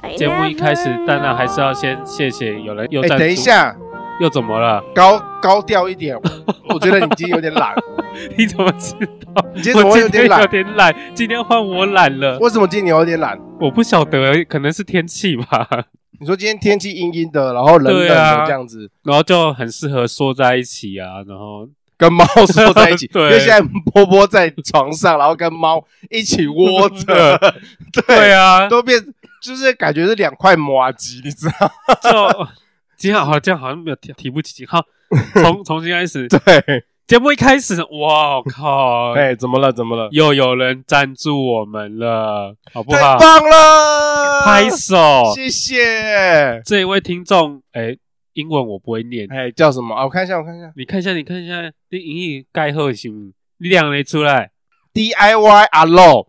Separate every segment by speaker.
Speaker 1: 开始当然还是要先谢谢有人又
Speaker 2: 哎、
Speaker 1: 在、
Speaker 2: 等一，下，
Speaker 1: 又怎么了？
Speaker 2: 高高调一点，我觉得你今天有点懒，
Speaker 1: 你怎么知道？
Speaker 2: 你今天怎么会有
Speaker 1: 我今
Speaker 2: 点
Speaker 1: 天有
Speaker 2: 懒？
Speaker 1: 点懒，今天换我懒了。
Speaker 2: 为什么今天你有点懒？
Speaker 1: 我不晓得，可能是天气吧。
Speaker 2: 你说今天天气阴阴的，然后冷冷
Speaker 1: 对啊
Speaker 2: 的这样子，
Speaker 1: 然后就很适合缩在一起啊，然后，
Speaker 2: 跟猫缩在一起
Speaker 1: 对
Speaker 2: 因为现在波波在床上，然后跟猫一起窝着， 对，
Speaker 1: 对啊，
Speaker 2: 都变就是感觉是两块麻吉，你知道？
Speaker 1: 就 今天好像好像没有提提不起劲， 好，重重新开始。
Speaker 2: 对，
Speaker 1: 节目一开始，哇靠，
Speaker 2: 哎、怎么了？怎么了？
Speaker 1: 又有人赞助我们了，好不
Speaker 2: 太
Speaker 1: 好？
Speaker 2: 棒了，
Speaker 1: 拍手！
Speaker 2: 谢谢。
Speaker 1: 这一位听众，哎，英文我不会念，
Speaker 2: 哎、叫什么啊？我看一下，我看一下
Speaker 1: 你看一下，你看一下，你英语盖后行，你两个出来，
Speaker 2: ，DIY 阿 漏，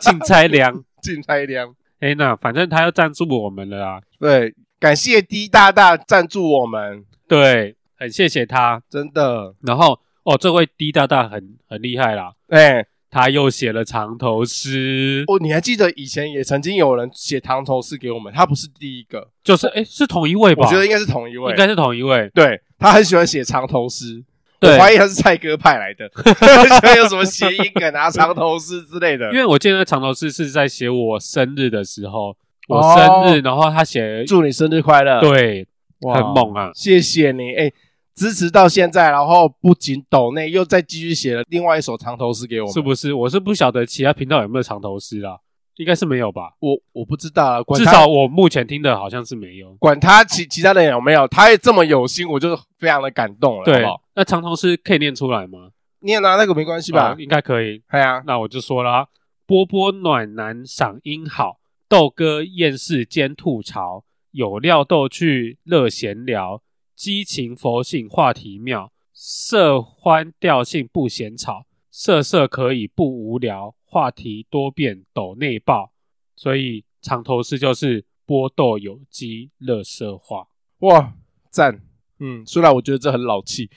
Speaker 1: 请猜量。
Speaker 2: 进菜量。
Speaker 1: 哎，那反正他要赞助我们了啊啦，
Speaker 2: 对，感谢 D 大大赞助我们，
Speaker 1: 对，很谢谢他。
Speaker 2: 真的。
Speaker 1: 然后哦，这位 D 大大很很厉害啦，
Speaker 2: 哎、
Speaker 1: 他又写了长头诗，
Speaker 2: 哦，你还记得以前也曾经有人写唐头诗给我们，他不是第一个，
Speaker 1: 就是哎是同一位吧？
Speaker 2: 我觉得应该是同一位
Speaker 1: 应。该是同一位。
Speaker 2: 对他很喜欢写长头诗，
Speaker 1: 对
Speaker 2: 我，怀疑他是蔡哥派 来的，所以有什么谐音梗啊、长头诗之类的
Speaker 1: 因。为我记得那长头诗是在写我生日的时候，我
Speaker 2: 哦
Speaker 1: 生日，然后他写
Speaker 2: 祝你生日快乐，，
Speaker 1: 对，很猛啊！
Speaker 2: 谢谢你，哎、支持到现在，然后不仅抖内，又再继续写了另外一首长头诗给我们，
Speaker 1: 是不是？我是不晓得其他频道有没有长头诗啦，应该是没有吧？
Speaker 2: 我我不知道啊，管
Speaker 1: 至
Speaker 2: 他
Speaker 1: 少我目前听的好像是没有。
Speaker 2: 管他其其他人有没有，他也这么有心，我就非常的感动了，好
Speaker 1: 对
Speaker 2: 不好？，
Speaker 1: 那长头诗可以念出来吗？
Speaker 2: 念啊，那个没关系
Speaker 1: 是
Speaker 2: 吧？
Speaker 1: 应该可以。
Speaker 2: 哎呀，
Speaker 1: 那我就说啦，波波暖男嗓音好，豆哥厌世兼吐槽，有料逗趣乐闲聊，激情佛性话题妙，色欢调性不嫌吵，色色可以不无聊，话题多变抖内爆，所以长头诗就是波豆有机乐色话。
Speaker 2: 哇，赞！嗯，虽然我觉得这很老气，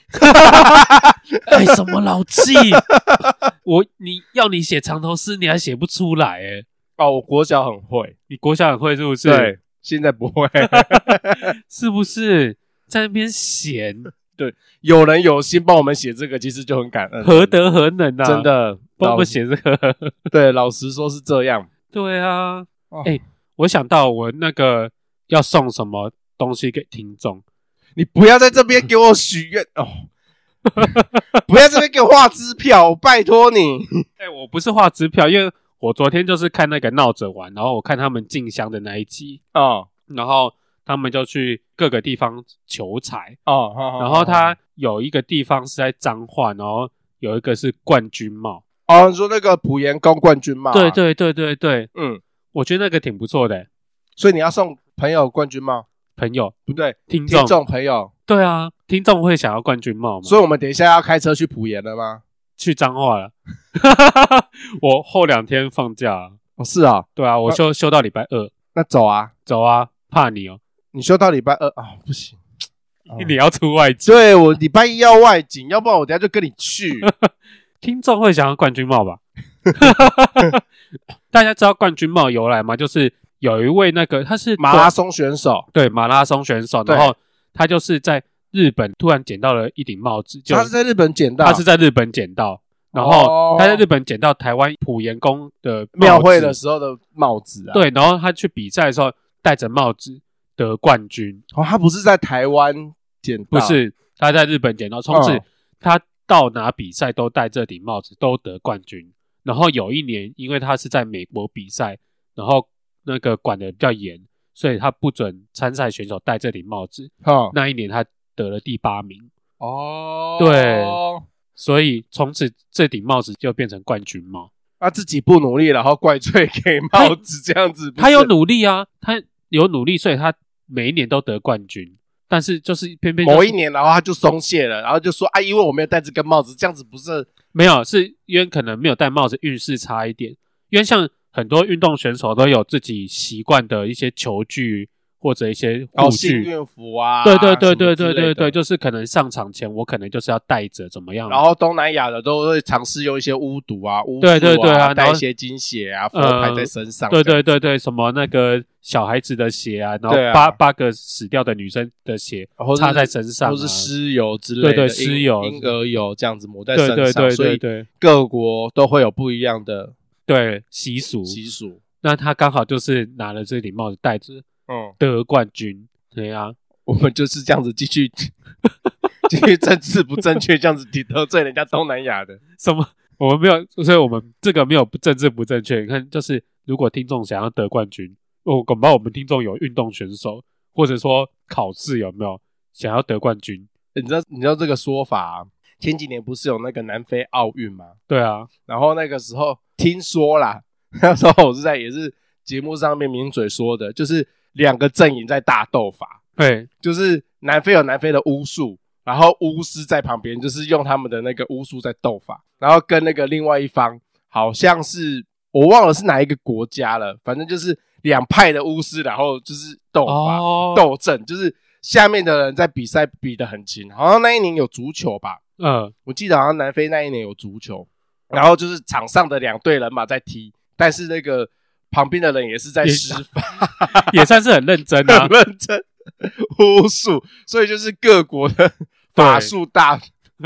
Speaker 1: 哎，什么老纪？ 我你要你写长头诗，你还写不出来哎、
Speaker 2: 哦，我国小很会，
Speaker 1: 你国小很会是不是？
Speaker 2: 对，现在不会，
Speaker 1: 是不是在那边闲，
Speaker 2: 有人有心帮我们写这个，其实就很感恩，
Speaker 1: 何德何能啊？
Speaker 2: 嗯真，的
Speaker 1: 帮我
Speaker 2: 老
Speaker 1: 们写这个。
Speaker 2: 对，老实说是这样。
Speaker 1: 对啊，
Speaker 2: 哦
Speaker 1: 哎我想到我那个要送什么东西给听众，
Speaker 2: 你不要在这边给我许愿 哦，不要在这边给我画支票，拜托你。
Speaker 1: 哎、我不是画支票，因为我昨天就是看那个闹着玩，然后我看他们进香的那一集，
Speaker 2: 哦
Speaker 1: 然后他们就去各个地方求财，
Speaker 2: 哦，好好
Speaker 1: 然后
Speaker 2: 好
Speaker 1: 他有一个地方是在彰化，然后有一个是冠军帽，
Speaker 2: 哦，你说那个朴妍宫冠军帽，
Speaker 1: 对，对对对对，
Speaker 2: 嗯，
Speaker 1: 我觉得那个挺不错的、
Speaker 2: 所以你要送朋友冠军帽，
Speaker 1: 朋友
Speaker 2: 不对，
Speaker 1: 听
Speaker 2: 听
Speaker 1: 众。
Speaker 2: 众朋友，
Speaker 1: 对啊，听众会想要冠军帽吗？
Speaker 2: 所以我们等一下要开车去朴妍了吗？
Speaker 1: 去彰化了。 我后两天放假，
Speaker 2: 哦，是啊，
Speaker 1: 对啊，我休休到礼拜二，
Speaker 2: 那走啊，
Speaker 1: 走啊，怕你哦，
Speaker 2: 你休到礼拜二啊，不行，哦
Speaker 1: 你要出外景，
Speaker 2: 对我礼拜一要外景，要不然我等一下就跟你 去。
Speaker 1: 听众会想要冠军帽 吧？大家知道冠军帽由来吗？就是有一位那个他是
Speaker 2: 马拉松选手，
Speaker 1: 对马拉松选手，
Speaker 2: 对
Speaker 1: 然后他就是在日本突然捡到了一顶帽子，就
Speaker 2: 他是在日本捡到，
Speaker 1: 他是在日本捡到，然后
Speaker 2: 哦
Speaker 1: 他在日本捡到台湾普贤宫的帽
Speaker 2: 庙会
Speaker 1: 子
Speaker 2: 的时候的帽子啊。，
Speaker 1: 对，然后他去比赛的时候戴着帽子得冠军，
Speaker 2: 哦，他不是在台湾捡到，
Speaker 1: 不是他在日本捡到，从此
Speaker 2: 啊嗯
Speaker 1: 他到哪比赛都戴这顶帽子，都得冠军。然后有一年，因为他是在美国比赛，然后那个管的比较严，所以他不准参赛选手戴这顶帽子。
Speaker 2: 哦
Speaker 1: 那一年他得了第八名，
Speaker 2: 哦，
Speaker 1: 对所以从此这顶帽子就变成冠军帽。
Speaker 2: 他啊自己不努力，然后怪罪给帽子这样子。不是
Speaker 1: 他有努力啊，他有努力，所以他每一年都得冠军。但是就是偏偏就是
Speaker 2: 某一年，然后他就松懈了，然后就说啊，因为我没有戴这个帽子，这样子不是
Speaker 1: 没有，是因为可能没有戴帽子，运势差一点。因为像很多运动选手都有自己习惯的一些球具或者一些护
Speaker 2: 哦，幸
Speaker 1: 具。
Speaker 2: 运符啊，
Speaker 1: 对对对
Speaker 2: 什么
Speaker 1: 对
Speaker 2: 之
Speaker 1: 对
Speaker 2: 类
Speaker 1: 对
Speaker 2: 的
Speaker 1: 对，就是可能上场前我可能就是要带着怎么样，
Speaker 2: 然后东南亚的都会尝试用一些巫毒啊、巫术
Speaker 1: 对对对啊
Speaker 2: 啊，带
Speaker 1: 然
Speaker 2: 一
Speaker 1: 后
Speaker 2: 些精血啊、佛
Speaker 1: 呃
Speaker 2: 牌在身上。
Speaker 1: 对对对对，什么那个小孩子的鞋啊，然后
Speaker 2: 对啊
Speaker 1: 八、八个死掉的女生的鞋
Speaker 2: 或是
Speaker 1: 插在身上、啊，
Speaker 2: 都是尸油之类的，
Speaker 1: 对对
Speaker 2: 婴
Speaker 1: 尸油
Speaker 2: 婴儿油这样子抹在身
Speaker 1: 对
Speaker 2: 上，
Speaker 1: 对对
Speaker 2: 所
Speaker 1: 对
Speaker 2: 以
Speaker 1: 对
Speaker 2: 各国都会有不一样的
Speaker 1: 对习俗。
Speaker 2: 习俗。
Speaker 1: 那他刚好就是拿了这顶帽子戴着
Speaker 2: 嗯，
Speaker 1: 得冠军，对啊，
Speaker 2: 我们就是这样子继续 继续政治不正确，这样子得罪人家东南亚的。
Speaker 1: 什么我们没有，所以我们这个没有不政治不正确。你看，就是如果听众想要得冠军，我恐怕我们听众有运动选手，或者说考试有没有想要得冠军？
Speaker 2: 欸你知道你知道这个说法啊、前几年不是有那个南非奥运吗？
Speaker 1: 对啊，
Speaker 2: 然后那个时候听说啦， 那时候我是在也是节目上面名嘴说的，就是两个阵营在大斗法，
Speaker 1: 对
Speaker 2: 就是南非有南非的巫术，然后巫师在旁边就是用他们的那个巫术在斗法，然后跟那个另外一方好像是我忘了是哪一个国家了，反正就是两派的巫师，然后就是斗法、
Speaker 1: 哦，
Speaker 2: 斗阵，就是下面的人在比赛比得很勤，好像那一年有足球吧，
Speaker 1: 嗯
Speaker 2: 我记得好像南非那一年有足球，然后就是场上的两队人马在踢，但是那个旁边的人也是在
Speaker 1: 也
Speaker 2: 施法，
Speaker 1: 也算是很认真啊
Speaker 2: 很，认真巫术，所以就是各国的法术大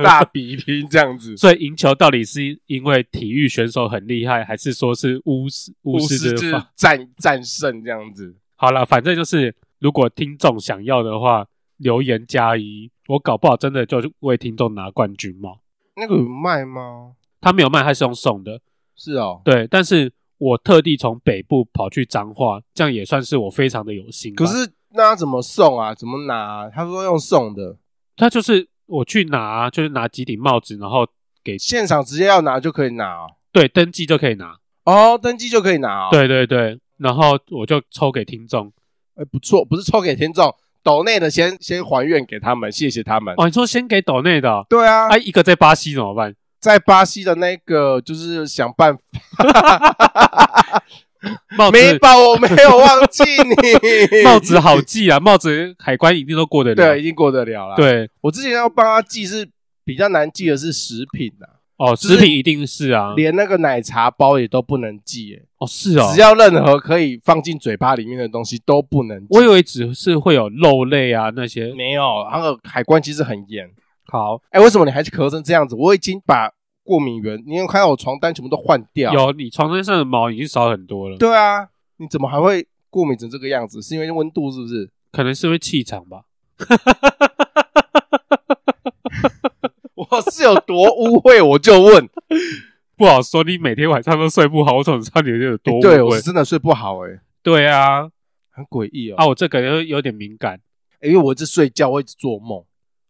Speaker 2: 大比拼这样子。
Speaker 1: 所以赢球到底是因为体育选手很厉害，还是说是巫师巫
Speaker 2: 巫
Speaker 1: 师
Speaker 2: 师
Speaker 1: 的
Speaker 2: 就是
Speaker 1: 法？
Speaker 2: 战战胜这样子，
Speaker 1: 好了，反正就是如果听众想要的话，留言加一，我搞不好真的就是为听众拿冠军帽。
Speaker 2: 那个有卖吗？
Speaker 1: 他没有卖，他是用送的。
Speaker 2: 是哦，
Speaker 1: 对，但是我特地从北部跑去彰化，这样也算是我非常的有心吧。
Speaker 2: 可是那要怎么送啊？怎么拿啊、他说用送的，
Speaker 1: 他就是我去拿，啊就是拿几顶帽子，然后给
Speaker 2: 现场直接要拿就可以拿哦，
Speaker 1: 对登记就可以拿。
Speaker 2: 哦登记就可以拿哦。
Speaker 1: 对对对，然后我就抽给听众。
Speaker 2: 哎，不错，不是抽给听众，抖内的先先还愿给他们，谢谢他们。
Speaker 1: 哦，你说先给岛内的哦、
Speaker 2: 对啊，
Speaker 1: 啊，一个在巴西怎么办？
Speaker 2: 在巴西的那个就是想办法，
Speaker 1: 帽子
Speaker 2: 没把我没有忘记 你，
Speaker 1: 帽子好记啊，帽子海关一定都过得了。
Speaker 2: 对，已经过得了了。，
Speaker 1: 对
Speaker 2: 我之前要帮他记是比较难记的是食品啊，
Speaker 1: 哦，
Speaker 2: 就是
Speaker 1: 食品一定是啊。
Speaker 2: 连那个奶茶包也都不能记耶，
Speaker 1: 哦，是哦
Speaker 2: 只。要任何可以放进嘴巴里面的东西都不能记。
Speaker 1: 我以为只是会有肉类啊那些。
Speaker 2: 没有，那个海关其实很严。
Speaker 1: 好，
Speaker 2: 哎，为什么你还是咳成这样子？我已经把过敏源，你有看到我床单全部都换掉，
Speaker 1: 有你床单上的毛已经少很多了，
Speaker 2: 对啊，你怎么还会过敏成这个样子？是因为温度是不是？
Speaker 1: 可能是因为气场吧。
Speaker 2: 我是有多污秽，我就 问。哎
Speaker 1: 不好说，你每天晚上都睡不好，我总知道你有多
Speaker 2: 欸
Speaker 1: 污
Speaker 2: 对我是
Speaker 1: 秽。
Speaker 2: 真的睡不好哎、
Speaker 1: 对啊，
Speaker 2: 很诡异哦。
Speaker 1: 啊，我这个人有点敏感
Speaker 2: 欸因为我一直睡觉，我一直做梦，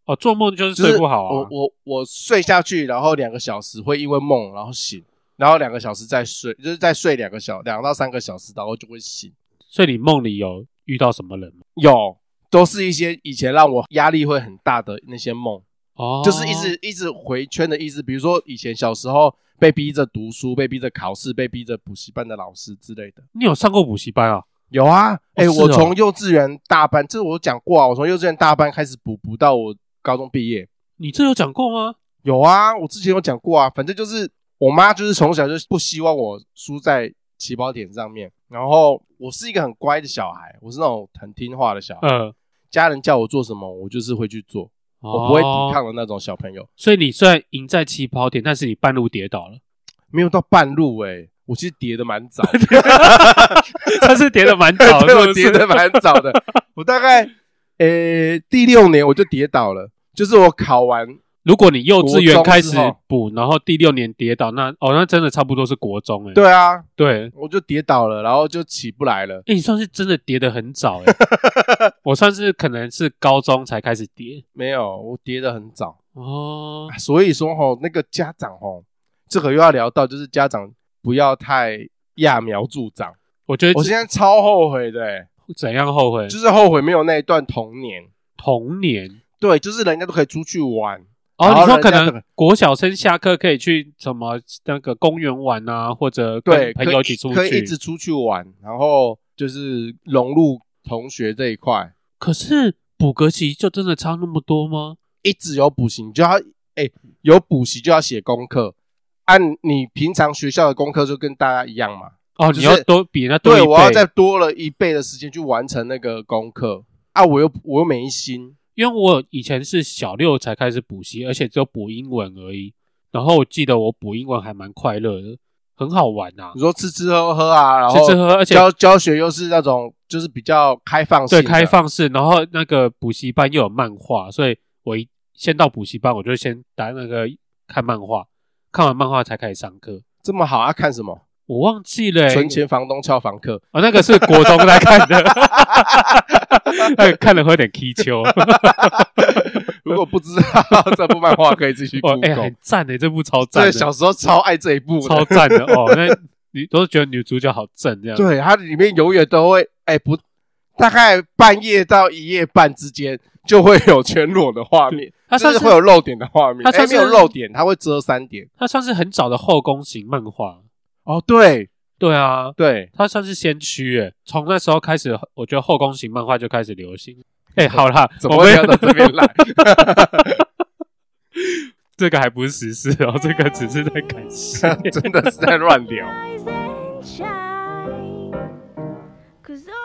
Speaker 1: 哦，做梦就是
Speaker 2: 就是
Speaker 1: 睡不好啊
Speaker 2: 我。我我睡下去，然后两个小时会因为梦然后醒，然后两个小时再睡，就是再睡两个小两到三个小时，然后就会醒。
Speaker 1: 所以你梦里有遇到什么人吗？
Speaker 2: 有，都是一些以前让我压力会很大的那些梦。
Speaker 1: 哦，
Speaker 2: 就是一直一直回圈的意思。比如说以前小时候被逼着读书，被逼着考试，被逼着补习班的老师之类的。
Speaker 1: 你有上过补习班啊？
Speaker 2: 有啊，哎、
Speaker 1: 是哦
Speaker 2: 我从幼稚园大班，这我讲过啊，我从幼稚园大班开始补，补到我高中毕业。
Speaker 1: 你这有讲过吗？
Speaker 2: 有啊，我之前有讲过啊，反正就是我妈就是从小就不希望我输在起跑点上面。然后我是一个很乖的小孩，我是那种很听话的小孩，
Speaker 1: 呃，
Speaker 2: 家人叫我做什么，我就是会去做，我
Speaker 1: 我
Speaker 2: 不会抵
Speaker 1: 哦
Speaker 2: 抗的那种小朋友。
Speaker 1: 所以你虽然赢在起跑点，但是你半路跌倒 了，
Speaker 2: 没有到半路哎、我其实跌的蛮早的，
Speaker 1: 但是跌的蛮早的，
Speaker 2: 对
Speaker 1: 是
Speaker 2: 我
Speaker 1: 不是
Speaker 2: 跌的蛮早 的，我大概呃、第六年我就跌倒了，就是我考完
Speaker 1: 如果你幼稚园开始
Speaker 2: 国中之后
Speaker 1: 补，然后第六年跌倒，那哦，那真的差不多是国中哎、
Speaker 2: 对啊，
Speaker 1: 对，
Speaker 2: 我就跌倒了，然后就起不来了。
Speaker 1: 哎、你算是真的跌得很早 哎、我算是可能是高中才开始跌
Speaker 2: 没有，我跌的很早，
Speaker 1: 哦
Speaker 2: 啊。所以说吼，那个家长吼，这个又要聊到，就是家长不要太揠苗助长。
Speaker 1: 我觉得
Speaker 2: 我现在超后悔的、欸，
Speaker 1: 怎样后悔？
Speaker 2: 就是后悔没有那一段童年。
Speaker 1: 童年
Speaker 2: 对，就是人家都可以出去玩，
Speaker 1: 哦，
Speaker 2: 然
Speaker 1: 你
Speaker 2: 后
Speaker 1: 说可
Speaker 2: 人家可
Speaker 1: 能
Speaker 2: 能
Speaker 1: 国小生下课可以去什么那个公园玩啊，或者
Speaker 2: 对，
Speaker 1: 跟朋友一起出去，
Speaker 2: 可以可以一直出去玩，然后就是融入同学这一块，
Speaker 1: 可是补格习就真的差那么多吗？
Speaker 2: 一直有补习，你就要哎、有补习就要写功课。按、你平常学校的功课就跟大家一样嘛？
Speaker 1: 哦，
Speaker 2: 就是
Speaker 1: 你要多比人家多一
Speaker 2: 对，
Speaker 1: 倍。
Speaker 2: 我要再多了一倍的时间去完成那个功课啊！我又我又没心，
Speaker 1: 因为我以前是小六才开始补习，而且只有补英文而已。然后我记得我补英文还蛮快乐的，很好玩啊呐、
Speaker 2: 你说吃吃喝喝啊，嗯然后
Speaker 1: 吃吃喝，喝，而且
Speaker 2: 教教学又是那种就是比较开放性
Speaker 1: 对
Speaker 2: 的，
Speaker 1: 开放式，然后那个补习班又有漫画，所以我一先到补习班，我就先打那个看漫画，看完漫画才开始上课。
Speaker 2: 这么好啊？看什么？
Speaker 1: 我忘记了、欸
Speaker 2: 存钱房东俏房客，
Speaker 1: 哦，那个是国中在看 的，那个看了会有点踢球。哎
Speaker 2: 如果不知道 这部漫画，可以自己去
Speaker 1: 哦，哎、
Speaker 2: Google
Speaker 1: 很。赞的，这部超赞的，
Speaker 2: 对，小时候超爱这一部的，
Speaker 1: 超赞的哦。那女都觉得女主角好正这样。
Speaker 2: 对，它里面永远都会，哎、不，大概半夜到一夜半之间就会有全裸的画面，
Speaker 1: 她
Speaker 2: 就
Speaker 1: 算
Speaker 2: 是
Speaker 1: 是
Speaker 2: 会有露点的画面。
Speaker 1: 它算
Speaker 2: 哎没有
Speaker 1: 是
Speaker 2: 露点，它会遮三点。
Speaker 1: 她算是很早的后宫型漫画。
Speaker 2: 哦，对
Speaker 1: 对啊，
Speaker 2: 对，
Speaker 1: 她算是先驱诶。从那时候开始，我觉得后宫型漫画就开始流行。哎、好啦，
Speaker 2: 怎么
Speaker 1: 我
Speaker 2: 会
Speaker 1: 们
Speaker 2: 聊到这边来？
Speaker 1: 这个还不是实事哦，这个只是在感 谢。
Speaker 2: 真的是在乱聊。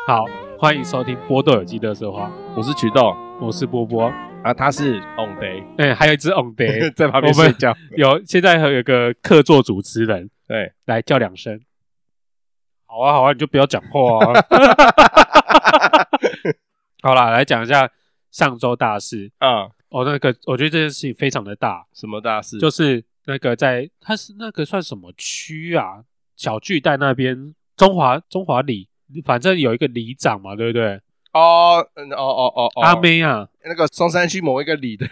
Speaker 1: 好，欢迎收听波豆有机乐色花，
Speaker 2: 我是渠道
Speaker 1: 我是波波。
Speaker 2: 啊，他是 On Day，
Speaker 1: 哎、还有一只 on day
Speaker 2: 在旁边
Speaker 1: 我们
Speaker 2: 睡觉。
Speaker 1: 有现在还有一个客座主持人
Speaker 2: 对，
Speaker 1: 来叫两声。好啊，好啊，你就不要讲话 啊。好啦，来讲一下上周大事
Speaker 2: 啊，
Speaker 1: 哦。那个，我觉得这件事情非常的大，
Speaker 2: 什么大事？
Speaker 1: 就是那个在它是那个算什么区啊？小巨蛋那边，中华中华里，反正有一个里长嘛，对不对？
Speaker 2: 哦，嗯，哦哦哦哦，
Speaker 1: 阿妹啊，
Speaker 2: 那个松山区某一个里的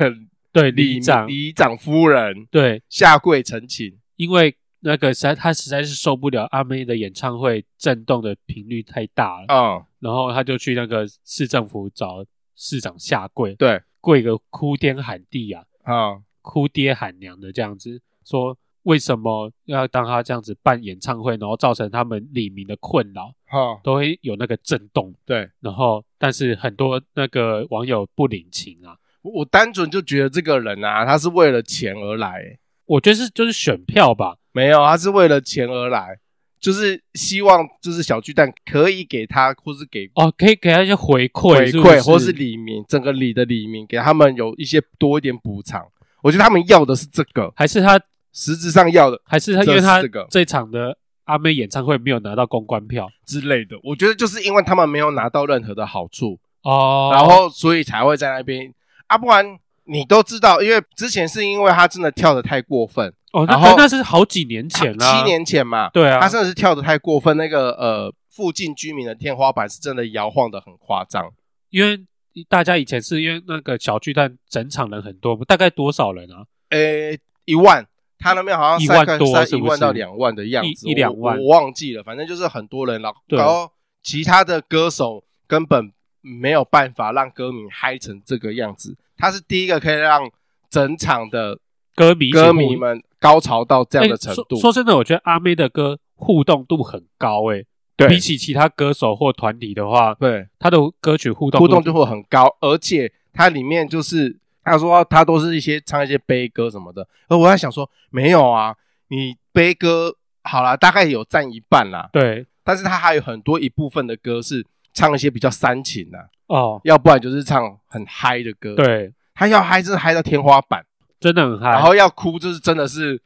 Speaker 1: 对里长，
Speaker 2: 里长夫人
Speaker 1: 对，
Speaker 2: 下跪陈情。
Speaker 1: 因为那个实在他实在是受不了阿妹的演唱会震动的频率太大了，
Speaker 2: 嗯，
Speaker 1: 然后他就去那个市政府找市长下跪，
Speaker 2: 对，
Speaker 1: 跪个哭天喊地啊，
Speaker 2: 啊，
Speaker 1: 哭爹喊娘的这样子，说为什么要当他这样子办演唱会，然后造成他们李明的困扰，
Speaker 2: 好，
Speaker 1: 都会有那个震动，
Speaker 2: 对。
Speaker 1: 然后但是很多那个网友不领情啊，
Speaker 2: 我我单纯就觉得这个人啊，他是为了钱而来、欸
Speaker 1: 我觉得是就是选票吧，
Speaker 2: 没有，他是为了钱而来，就是希望就是小巨蛋可以给他，或是给
Speaker 1: 哦，可以给他一些回馈，
Speaker 2: 回
Speaker 1: 是
Speaker 2: 馈，或
Speaker 1: 不
Speaker 2: 是李明整个里的李明给他们有一些多一点补偿。我觉得他们要的是这个，
Speaker 1: 还是他
Speaker 2: 实质上要的
Speaker 1: 还是他，
Speaker 2: 这
Speaker 1: 因为他
Speaker 2: 四个
Speaker 1: 这场的阿妹演唱会没有拿到公关票
Speaker 2: 之类的。我觉得就是因为他们没有拿到任何的好处，
Speaker 1: 哦，
Speaker 2: 然后所以才会在那边啊，不然你都知道，因为之前是因为他真的跳的太过分，
Speaker 1: 哦，那
Speaker 2: 然后
Speaker 1: 可那是好几年前啦、
Speaker 2: 七年前嘛，
Speaker 1: 对啊，
Speaker 2: 他真的是跳的太过分，那个呃，附近居民的天花板是真的摇晃的很夸张，
Speaker 1: 因为大家以前是因为那个小巨蛋整场人很多，大概多少人啊？
Speaker 2: 呃，一万，他那边好像
Speaker 1: 一
Speaker 2: 三
Speaker 1: 万
Speaker 2: 个
Speaker 1: 多
Speaker 2: 三
Speaker 1: 是
Speaker 2: 一
Speaker 1: 不
Speaker 2: 万
Speaker 1: 是
Speaker 2: 到两万的样
Speaker 1: 一
Speaker 2: 子，
Speaker 1: 一两
Speaker 2: 我
Speaker 1: 万
Speaker 2: 我忘记了，反正就是很多人，然后
Speaker 1: 对啊
Speaker 2: 然后其他的歌手根本没有办法让歌迷嗨成这个样子，他是第一个可以让整场的
Speaker 1: 歌迷一起
Speaker 2: 歌
Speaker 1: 互
Speaker 2: 迷们高潮到这样的
Speaker 1: 哎
Speaker 2: 程
Speaker 1: 说
Speaker 2: 度，
Speaker 1: 说真的，我觉得阿妹的歌互动度很高诶、
Speaker 2: 对
Speaker 1: 比起其他歌手或团体的话，
Speaker 2: 对。
Speaker 1: 她的歌曲互动
Speaker 2: 互动就会很高，而且它里面就是他说他都是一些唱一些悲歌什么的，而我在想说没有啊，你悲歌好啦，大概有占一半啦，
Speaker 1: 对
Speaker 2: 但是它还有很多一部分的歌是唱一些比较煽情啊，
Speaker 1: 哦，
Speaker 2: 要不然就是唱很嗨的歌，，
Speaker 1: 对，
Speaker 2: 他要嗨真的嗨到天花板，
Speaker 1: 真的很嗨。
Speaker 2: 然后要哭就是真的是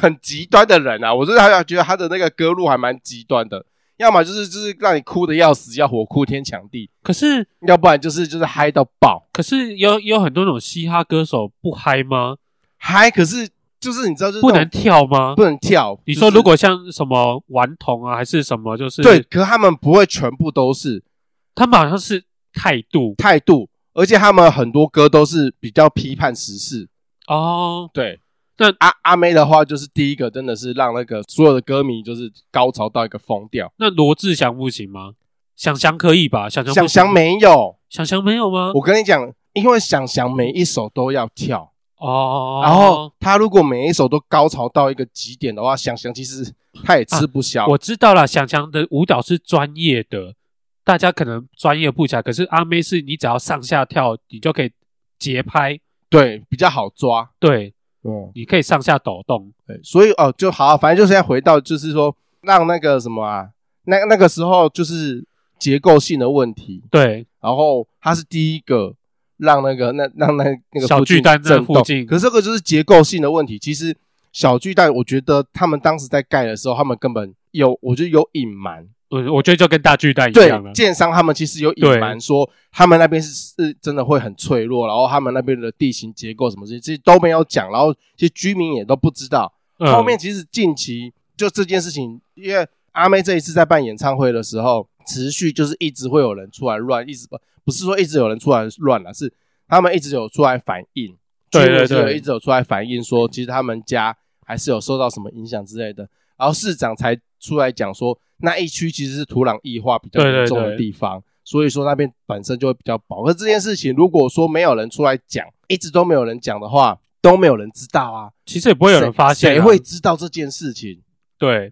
Speaker 2: 很极端的人啊，我真的还觉得他的那个歌路还蛮极端的。要么就是就是让你哭的要死要活，哭天抢地；
Speaker 1: 可是
Speaker 2: 要不然就是就是嗨到爆。
Speaker 1: 可是有有很多那种嘻哈歌手不嗨吗？
Speaker 2: 嗨，可是就是你知道，就是
Speaker 1: 不
Speaker 2: 那
Speaker 1: 能
Speaker 2: 种
Speaker 1: 跳吗？
Speaker 2: 不能跳。
Speaker 1: 你
Speaker 2: 就
Speaker 1: 说
Speaker 2: 是
Speaker 1: 如果像什么顽童啊，还是什么，就是
Speaker 2: 对，可他们不会全部都是
Speaker 1: 他们好像是态度
Speaker 2: 态度，而且他们很多歌都是比较批判时事。
Speaker 1: 哦，
Speaker 2: 对，
Speaker 1: 那
Speaker 2: 阿阿妹的话就是第一个，真的是让那个所有的歌迷就是高潮到一个疯掉。
Speaker 1: 那罗志祥不行吗？想想可以吧？想想
Speaker 2: 想想
Speaker 1: 没
Speaker 2: 没有，
Speaker 1: 想想没有吗？
Speaker 2: 我跟你讲，因为想想每一首都要跳，
Speaker 1: 哦，
Speaker 2: 然后他如果每一首都高潮到一个极点的
Speaker 1: 啊
Speaker 2: 话，想想其实他也吃不消。
Speaker 1: 我知道了，想想的舞蹈是专业的，大家可能专业不起来，可是阿妹是你只要上下跳，你就可以节拍，
Speaker 2: 对，比较好抓。
Speaker 1: 对，
Speaker 2: 嗯，
Speaker 1: 你可以上下抖动。
Speaker 2: 对，所以哦，就好、反正就是要回到，就是说让那个什么啊，那那个时候就是结构性的问题，
Speaker 1: 对，
Speaker 2: 然后他是第一个让那个那让那那个
Speaker 1: 小
Speaker 2: 附近
Speaker 1: 巨蛋在
Speaker 2: 震动
Speaker 1: 附近
Speaker 2: 可是这个就是结构性的问题。其实小巨蛋，我觉得他们当时在盖的时候，他们根本有，我觉得有隐瞒。
Speaker 1: 我我觉得就跟大巨蛋一
Speaker 2: 对
Speaker 1: 样了，。
Speaker 2: 建商他们其实有隐瞒说他们那边是是真的会很脆弱，然后他们那边的地形结构什么这些其实都没有讲，然后其实居民也都不知道。
Speaker 1: 嗯
Speaker 2: 后面其实近期就这件事情，因为阿妹这一次在办演唱会的时候，持续就是一直会有人出来乱，一直不不是说一直有人出来乱了，是他们一直有出来反映，
Speaker 1: 对对
Speaker 2: 居民是有
Speaker 1: 对
Speaker 2: 一直有出来反映说，其实他们家还是有受到什么影响之类的，然后市长才出来讲说，那一区其实是土壤异化比较
Speaker 1: 对对
Speaker 2: 严重的
Speaker 1: 对
Speaker 2: 地方。所以说那边本身就会比较薄，可是这件事情如果说没有人出来讲，一直都没有人讲的话，都没有人知道啊。
Speaker 1: 其实也不会有人发现啊，
Speaker 2: 谁会知道这件事情？
Speaker 1: 对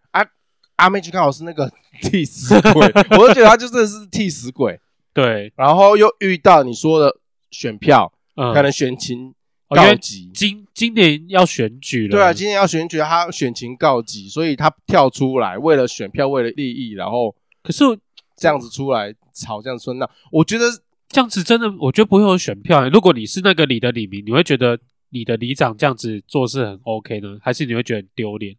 Speaker 2: 阿妹就刚好是那个 替死 鬼，我就觉得他就真的是替死鬼。
Speaker 1: 对，
Speaker 2: 然后又遇到你说的选票，
Speaker 1: 嗯，
Speaker 2: 可能选情
Speaker 1: 哦因
Speaker 2: 告
Speaker 1: 为
Speaker 2: 急，
Speaker 1: 今今年要选举了，
Speaker 2: 对啊，今天要选举，他选情告急，所以他跳出来，为了选票，为了利益，然后
Speaker 1: 可是
Speaker 2: 这样子出来吵，这样说那，我觉得
Speaker 1: 这样子真的，我觉得不会有选票欸。如果你是那个里的里民，你会觉得你的里长这样子做是很 OK 呢，还是你会觉得很丢脸？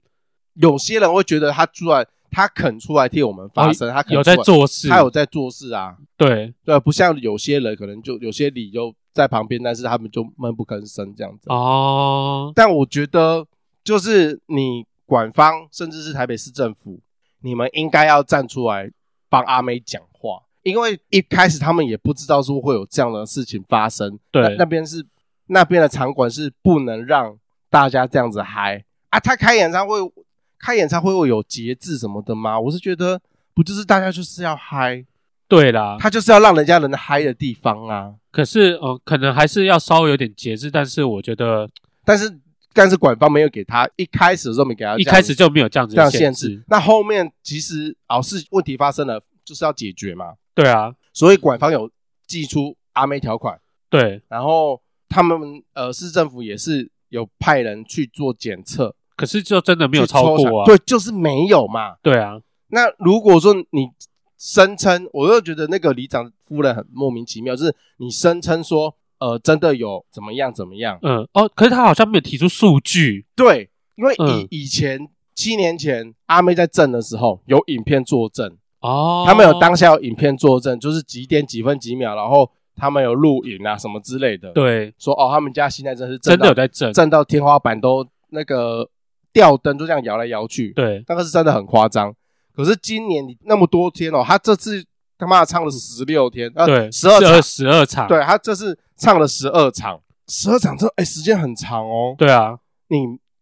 Speaker 2: 有些人会觉得他出来，他肯出来替我们发声，他肯
Speaker 1: 哦有在
Speaker 2: 出来，
Speaker 1: 做事，
Speaker 2: 他有在做事啊。
Speaker 1: 对
Speaker 2: 对啊，不像有些人可能就有些理由在旁边，但是他们就闷不吭声这样子。
Speaker 1: 哦，
Speaker 2: 但我觉得，就是你管方甚至是台北市政府，你们应该要站出来帮阿妹讲话，因为一开始他们也不知道说会有这样的事情发生。
Speaker 1: 对
Speaker 2: 那那边是那边的场馆是不能让大家这样子嗨啊！他开演唱会，开演唱会会有节制什么的吗？我是觉得，不就是大家就是要嗨，
Speaker 1: 对啦，
Speaker 2: 他就是要让人家能嗨的地方啊。
Speaker 1: 可是呃，可能还是要稍微有点节制，但是我觉得
Speaker 2: 但是但是管方没有给他一开始的时候没给他
Speaker 1: 一
Speaker 2: 这样
Speaker 1: 开
Speaker 2: 子
Speaker 1: 始就没有这样子
Speaker 2: 这样
Speaker 1: 的
Speaker 2: 限制
Speaker 1: 制。。
Speaker 2: 那后面其实哦是问题发生了，就是要解决嘛，
Speaker 1: 对啊，
Speaker 2: 所以管方有寄出阿妹条款，
Speaker 1: 对。
Speaker 2: 然后他们呃市政府也是有派人去做检测，
Speaker 1: 可是就真的没有
Speaker 2: 去抽
Speaker 1: 超过
Speaker 2: 查
Speaker 1: 啊，
Speaker 2: 对，就是没有嘛。
Speaker 1: 对啊，
Speaker 2: 那如果说你声称，我又觉得那个里长夫人很莫名其妙，就是你声称说呃真的有怎么样怎么样，
Speaker 1: 嗯哦，可是他好像没有提出数据，
Speaker 2: 对，因为以、
Speaker 1: 嗯
Speaker 2: 以前七年前阿妹在震的时候有影片作证。
Speaker 1: 哦，
Speaker 2: 他们有当下有影片作证，就是几点几分几秒，然后他们有录影啊什么之类的。，
Speaker 1: 对，
Speaker 2: 说哦，他们家现在真是
Speaker 1: 真的有在
Speaker 2: 的
Speaker 1: 震，
Speaker 2: 震到天花板都那个吊灯就这样摇来摇去，
Speaker 1: 对，
Speaker 2: 那个是真的很夸张。可是今年你那么多天哦，他这次他妈的唱了十六天，
Speaker 1: 嗯对，
Speaker 2: 呃，十二场，
Speaker 1: 十二场，
Speaker 2: 对啊他这次唱了十二场，十二场这哎时间很长哦，
Speaker 1: 对啊，
Speaker 2: 你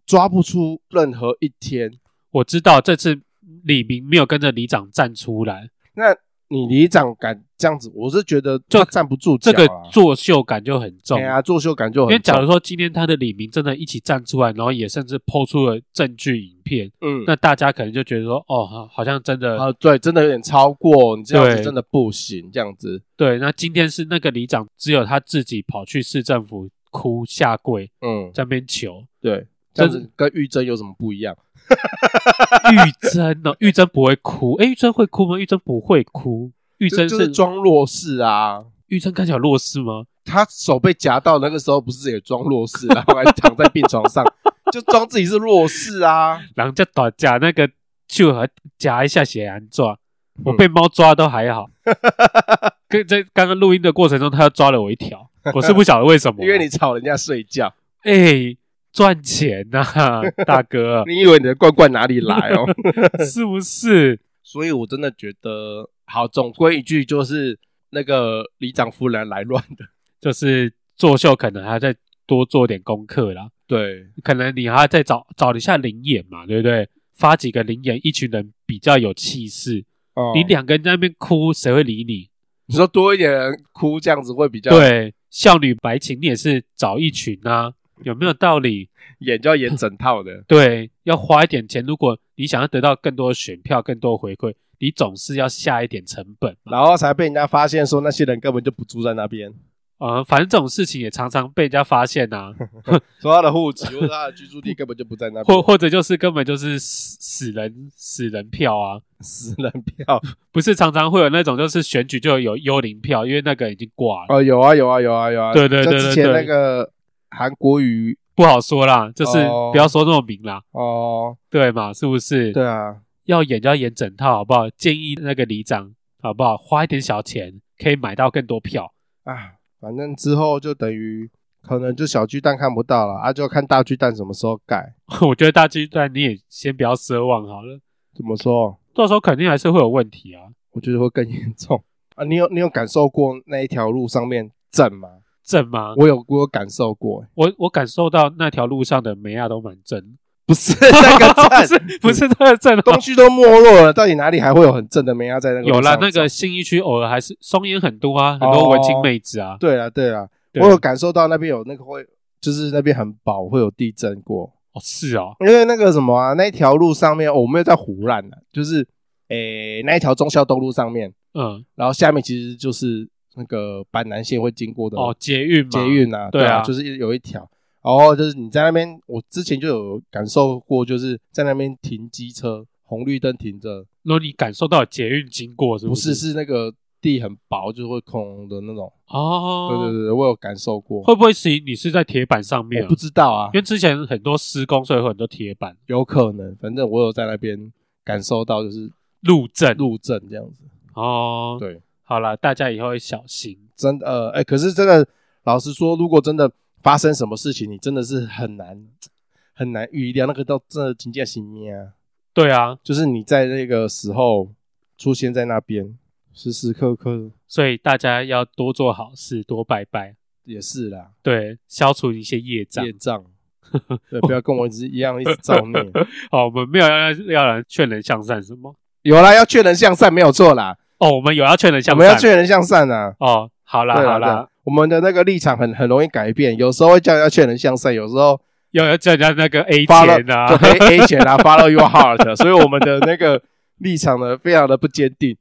Speaker 2: 抓不出任何一天。
Speaker 1: 我知道这次李明没有跟着里长站出来，
Speaker 2: 那你里长敢这样子，我是觉得
Speaker 1: 就
Speaker 2: 他站不住
Speaker 1: 这
Speaker 2: 脚
Speaker 1: 个
Speaker 2: 啊
Speaker 1: 作秀感就很重。
Speaker 2: 哎呀，作秀感就
Speaker 1: 因
Speaker 2: 很
Speaker 1: 为假
Speaker 2: 重。
Speaker 1: 如说今天他的李明真的一起站出来，然后也甚至抛出了证据影片，
Speaker 2: 嗯，
Speaker 1: 那大家可能就觉得说，哦，好好像真的、
Speaker 2: 啊，对，真的有点超过，你这样子
Speaker 1: 对
Speaker 2: 真的不行，这样子，
Speaker 1: 对。那今天是那个里长只有他自己跑去市政府哭下跪，
Speaker 2: 嗯，
Speaker 1: 在那边 求
Speaker 2: 对，这样
Speaker 1: 真
Speaker 2: 子跟玉珍有什么不一样？
Speaker 1: 玉珍哦，玉珍不会哭，诶，玉珍会哭吗？玉珍不会哭，玉
Speaker 2: 就
Speaker 1: 珍
Speaker 2: 就是装弱势啊，
Speaker 1: 玉珍看起来有弱势吗？
Speaker 2: 他手被夹到那个时候，不是也装弱势，然 后还躺在病床上，就装自己是弱势啊，
Speaker 1: 人家打假那个就和夹一下血安抓，
Speaker 2: 嗯
Speaker 1: 我被猫抓都还 好。跟在刚刚录音的过程中，它抓了我一 条，我是不晓得为什么。啊
Speaker 2: 因为你吵人家睡觉，，
Speaker 1: 哎、赚钱呐、大哥
Speaker 2: 你以为你的罐罐哪里来哦？
Speaker 1: 是不是？
Speaker 2: 所以我真的觉得，好，总归一句就是那个里长夫人来乱的，
Speaker 1: 就是作秀，可能还要再多做点功课啦。
Speaker 2: 对，
Speaker 1: 可能你还要再找找一下灵眼嘛，对不对？发几个灵眼，一群人比较有气势。
Speaker 2: 哦
Speaker 1: 你两个人在那边哭，谁会理你？
Speaker 2: 你说多一点人哭这样子会比较
Speaker 1: 对，少女白情你也是找一群啊，有没有道理？
Speaker 2: 演就要演整套的。
Speaker 1: 对，要花一点钱。如果你想要得到更多的选票、更多的回馈，你总是要下一点成本嘛。
Speaker 2: 然后才被人家发现说那些人根本就不住在那边，
Speaker 1: 呃，反正这种事情也常常被人家发现啊呐、
Speaker 2: 说他的户籍或者他的居住地根本就不在那边，
Speaker 1: 或或者就是根本就是死死人死人票啊，
Speaker 2: 死人票。
Speaker 1: 不是常常会有那种就是选举就有幽灵票，因为那个已经挂了，
Speaker 2: 哦，有啊有啊有啊有啊，
Speaker 1: 对对对
Speaker 2: 像之
Speaker 1: 对
Speaker 2: 前
Speaker 1: 对
Speaker 2: 那个韩国瑜
Speaker 1: 不好说啦，就是
Speaker 2: 哦
Speaker 1: 不要说那么明啦，
Speaker 2: 哦，
Speaker 1: 对嘛，是不是？
Speaker 2: 对啊，
Speaker 1: 要演就要演整套，好不好？建议那个里长，好不好？花一点小钱可以买到更多票。
Speaker 2: 啊，反正之后就等于可能就小巨蛋看不到了啊，就看大巨蛋什么时候盖。
Speaker 1: 我觉得大巨蛋你也先不要奢望好了，
Speaker 2: 怎么说？
Speaker 1: 到时候肯定还是会有问题啊。
Speaker 2: 我觉得会更严重 啊！你有你有感受过那一条路上面震吗？
Speaker 1: 正吗？
Speaker 2: 我有我有感受过、欸
Speaker 1: 我我感受到那条路上的梅亚都蛮正，
Speaker 2: 不是那个
Speaker 1: 不
Speaker 2: 震，
Speaker 1: 是不是那个正哦、
Speaker 2: 东区都没落了，到底哪里还会有很震的梅亚在那个路
Speaker 1: 有啦
Speaker 2: 上，
Speaker 1: 那个信义区偶尔还是松烟很多啊，很多文青妹子啊。
Speaker 2: 对啦对啦，
Speaker 1: 对
Speaker 2: 我有感受到那边有那个会，就是那边很薄，会有地震过。
Speaker 1: 哦，是哦，
Speaker 2: 因为那个什么啊，那一条路上面、哦我没有在胡乱的、就是诶、那一条忠孝东路上面，
Speaker 1: 嗯，
Speaker 2: 然后下面其实就是那个板南线会经过的
Speaker 1: 哦，捷运嘛，
Speaker 2: 捷运啊，
Speaker 1: 对啊
Speaker 2: 对啊，就是有一条。然后就是你在那边，我之前就有感受过，就是在那边停机车，红绿灯停着，
Speaker 1: 如果你感受到捷运经过，是
Speaker 2: 哦不
Speaker 1: 是？
Speaker 2: 是是那个地很薄，就是会空的那种。
Speaker 1: 哦，
Speaker 2: 对对对，我有感受过。
Speaker 1: 会不会是你是在铁板上面
Speaker 2: 我
Speaker 1: 啊、
Speaker 2: 不知道啊
Speaker 1: 因，为之前很多施工，所以会有很多铁板
Speaker 2: 有可能，反正我有在那边感受到就是
Speaker 1: 路震。
Speaker 2: 路震这样子。
Speaker 1: 哦，
Speaker 2: 对，
Speaker 1: 好啦，大家以后会小心。
Speaker 2: 真的呃，哎、可是真的，老实说，如果真的发生什么事情，你真的是很难很难预料，那个到真的境界行面啊，
Speaker 1: 对啊，
Speaker 2: 就是你在那个时候出现在那边，时时刻刻
Speaker 1: 所以大家要多做好事，多拜拜，
Speaker 2: 也是啦，
Speaker 1: 对，消除一些业障
Speaker 2: 业。 障，对，不要跟我一直一样一直造孽。
Speaker 1: 哦好，我们没有要要人劝人向善什么？
Speaker 2: 有啦，要劝人向善没有错啦，
Speaker 1: 哦，我们有要劝人向
Speaker 2: 我
Speaker 1: 善，
Speaker 2: 们要劝人向善啊。
Speaker 1: 哦，好啦
Speaker 2: 对
Speaker 1: 好
Speaker 2: 啦，对啊
Speaker 1: 啦
Speaker 2: 啦，，我们的那个立场很很容易改变，有时候会叫人家劝人向善，有时候
Speaker 1: 要要叫人家那个 A
Speaker 2: 发了
Speaker 1: 钱啊
Speaker 2: 就，A A 钱啊，Follow your heart，所以 我们的那个立场呢，非常的不坚定，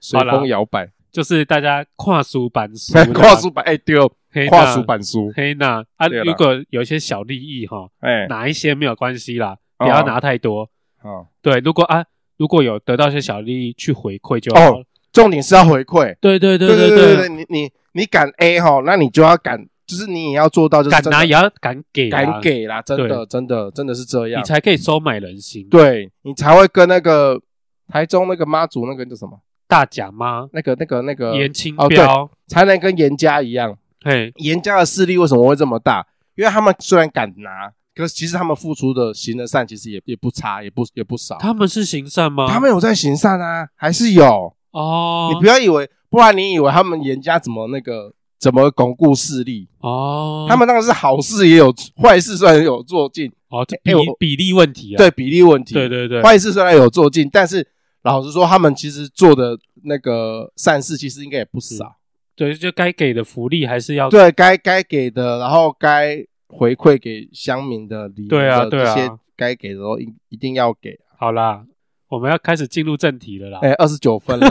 Speaker 2: 随
Speaker 1: 好啦
Speaker 2: 风摇摆，
Speaker 1: 就是大家跨书板书啦，
Speaker 2: 跨书板哎丢，
Speaker 1: 嘿呐
Speaker 2: 跨书板书
Speaker 1: 嘿呐啊，
Speaker 2: 对啦
Speaker 1: 如果有一些小利益哈，
Speaker 2: 哎，
Speaker 1: 哪一些没有关系啦，不要
Speaker 2: 哦
Speaker 1: 拿太多。
Speaker 2: 好，
Speaker 1: 对，如果啊，如果有得到一些小利益去回馈就好了。
Speaker 2: 重点是要回馈，
Speaker 1: 对对对
Speaker 2: 哦对
Speaker 1: 对
Speaker 2: 对，，你你你敢 A 哈，那你就要敢，就是你也要做到，就是
Speaker 1: 敢
Speaker 2: 真的
Speaker 1: 拿也要敢给啊，
Speaker 2: 敢给啦，真的
Speaker 1: 对
Speaker 2: 真的真的是这样
Speaker 1: 你，才可以收买人心。
Speaker 2: 对你才会跟那个台中那个妈祖那个叫什么，
Speaker 1: 大甲妈、
Speaker 2: 那个那个那个
Speaker 1: 严清
Speaker 2: 哦对
Speaker 1: 标，
Speaker 2: 才能跟严家一样，
Speaker 1: 嘿，
Speaker 2: 严家的势力为什么会这么大？因为他们虽然敢拿，可是其实他们付出的行的善其实也也不差，也不也不少。
Speaker 1: 他们是行善吗？
Speaker 2: 他们有在行善啊，还是有。
Speaker 1: 哦，
Speaker 2: 你不要以为，不然你以为他们严家怎么那个怎么巩固势力？
Speaker 1: 哦，
Speaker 2: 他们当然是好事也有，坏事虽然有做尽，
Speaker 1: 哦，这比
Speaker 2: 哎我
Speaker 1: 比例问题啊，
Speaker 2: 对比例问题，
Speaker 1: 对对对，
Speaker 2: 坏事虽然有做尽，但是老实说，他们其实做的那个善事其实应该也不少。
Speaker 1: 对，就该给的福利还是要
Speaker 2: 对该该给的，然后该回馈给乡民的礼，
Speaker 1: 对啊
Speaker 2: 的
Speaker 1: 对啊
Speaker 2: 这些该给的都一一定要给。啊
Speaker 1: 好啦。我们要开始进入正题了啦！
Speaker 2: 哎，二十九分了，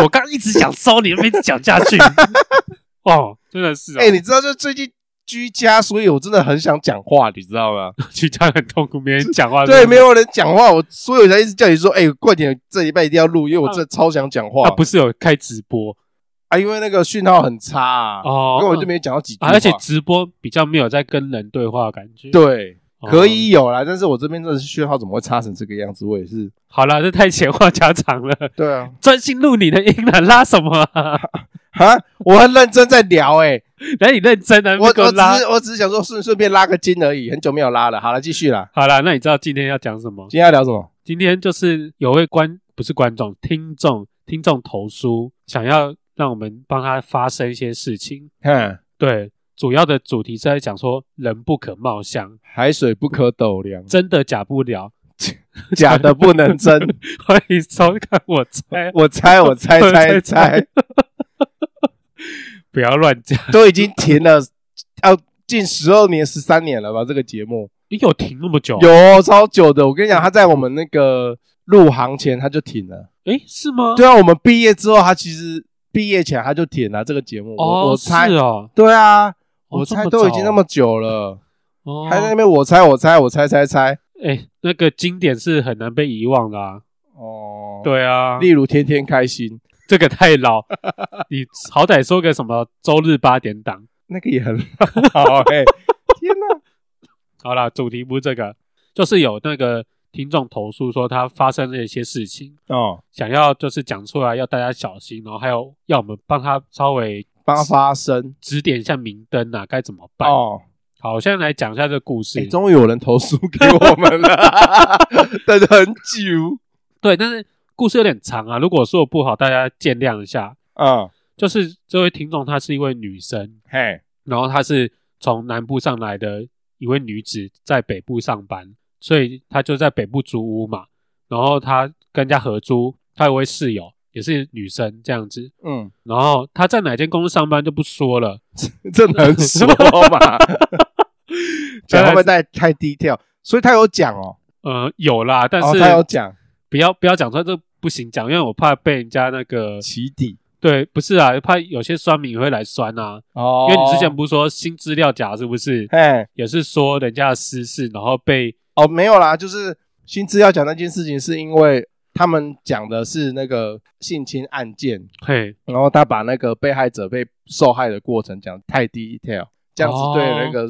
Speaker 1: 我刚刚一直想收你，没一直讲下去。哦，真的是、哦，
Speaker 2: 哎，你知道就最近居家，所以我真的很想讲话，你知道 吗？
Speaker 1: 居家很痛苦，没人讲话。
Speaker 2: 啊对，
Speaker 1: 是不
Speaker 2: 没
Speaker 1: 是。
Speaker 2: 有人讲话，我所以我才一直叫你说，哎，快点，这礼拜一定要录，因为我真的超想讲话
Speaker 1: 他不是有开直播
Speaker 2: 啊，因为那个讯号很差啊，
Speaker 1: 哦，
Speaker 2: 根本就没讲到几句
Speaker 1: 啊，
Speaker 2: 话。
Speaker 1: 而且直播比较没有在跟人对话的感觉。
Speaker 2: 对，
Speaker 1: 哦，
Speaker 2: 可以有啦，但是我这边真的是讯号怎么会差成这个样子？我也是，
Speaker 1: 好啦，这太闲话家常了，
Speaker 2: 对啊，
Speaker 1: 专心录你的音了，拉什么、 啊？
Speaker 2: 哈，我很认真在聊，哎，
Speaker 1: 来，你认真啊，
Speaker 2: 我
Speaker 1: 不给
Speaker 2: 我
Speaker 1: 拉
Speaker 2: 只是。我只是想说顺顺便拉个筋而已，很久没有拉了。好了，继续 啦。
Speaker 1: 好啦，那你知道今天要讲什么？
Speaker 2: 今天要聊什么？
Speaker 1: 今天就是有位观不是观众，听众听众投书，想要让我们帮他发生一些事情。
Speaker 2: 哼，
Speaker 1: 对，主要的主题是在讲说人不可貌相，
Speaker 2: 海水不可斗 量，
Speaker 1: 真的假不了。
Speaker 2: 假的不能 真。
Speaker 1: 欢迎收看我猜，
Speaker 2: 我猜，我 猜，
Speaker 1: 我
Speaker 2: 猜
Speaker 1: 猜
Speaker 2: 猜，
Speaker 1: 不要乱讲。
Speaker 2: 都已经停了，要近十二年、十三年了吧？这个节目
Speaker 1: 你有停那么久？啊
Speaker 2: 有超久的。我跟你讲，他在我们那个入行前他就停了。
Speaker 1: 诶，是吗？
Speaker 2: 对啊，我们毕业之后，他其实毕业前他就停了这个节目。我
Speaker 1: 哦，
Speaker 2: 我猜
Speaker 1: 是，哦，
Speaker 2: 对啊，
Speaker 1: 哦
Speaker 2: 我
Speaker 1: 这
Speaker 2: 猜
Speaker 1: 么
Speaker 2: 都已经
Speaker 1: 早
Speaker 2: 那么久了，
Speaker 1: 哦，
Speaker 2: 还在那边我猜我猜我猜猜猜。
Speaker 1: 哎，那个经典是很难被遗忘的啊。
Speaker 2: 哦，，
Speaker 1: 对啊，
Speaker 2: 例如天天开心，
Speaker 1: 这个太老， 你好歹说个什么周日八点档。
Speaker 2: 那个也很好哎、 天哪、
Speaker 1: 好啦，主题不是这个，就是有那个听众投诉说他发生了一些事情，
Speaker 2: 哦，
Speaker 1: 想要就是讲出来，要大家小心，然后还有要我们帮他稍微
Speaker 2: 帮他发声
Speaker 1: 指点一下明灯啊，该怎么办？
Speaker 2: 哦。
Speaker 1: 好，我现在来讲一下这个故事。
Speaker 2: 哎、终于有人投诉给我们 了，等很久。
Speaker 1: 对，但是故事有点长啊，如果说我不好，大家见谅一下。
Speaker 2: 嗯，
Speaker 1: 就是这位听众她是一位女生，
Speaker 2: 嘿，
Speaker 1: 然后她是从南部上来的一位女子，在北部上班，所以她就在北部租屋嘛。然后她跟人家合租，她有位室友也是女生这样子。
Speaker 2: 嗯，
Speaker 1: 然后她在哪间公司上班就不说了，
Speaker 2: 这能说 吗？讲会不会太太低调？所以他有讲哦，
Speaker 1: 呃，有啦，但
Speaker 2: 哦，
Speaker 1: 是
Speaker 2: 他有讲
Speaker 1: 不要不要讲出来，这不行讲，因为我怕被人家那个
Speaker 2: 起底
Speaker 1: 对，不是啊，怕有些酸民会来酸啊，
Speaker 2: 哦
Speaker 1: 因为你之前不是说新资料夹是不是？
Speaker 2: 嘿
Speaker 1: 也是说人家的私事，然后被
Speaker 2: 哦没有啦，就是薪资要讲那件事情，是因为他们讲的是那个性侵案件，
Speaker 1: 嘿
Speaker 2: 然后他把那个被害者被受害的过程讲太 detail，这样子对那个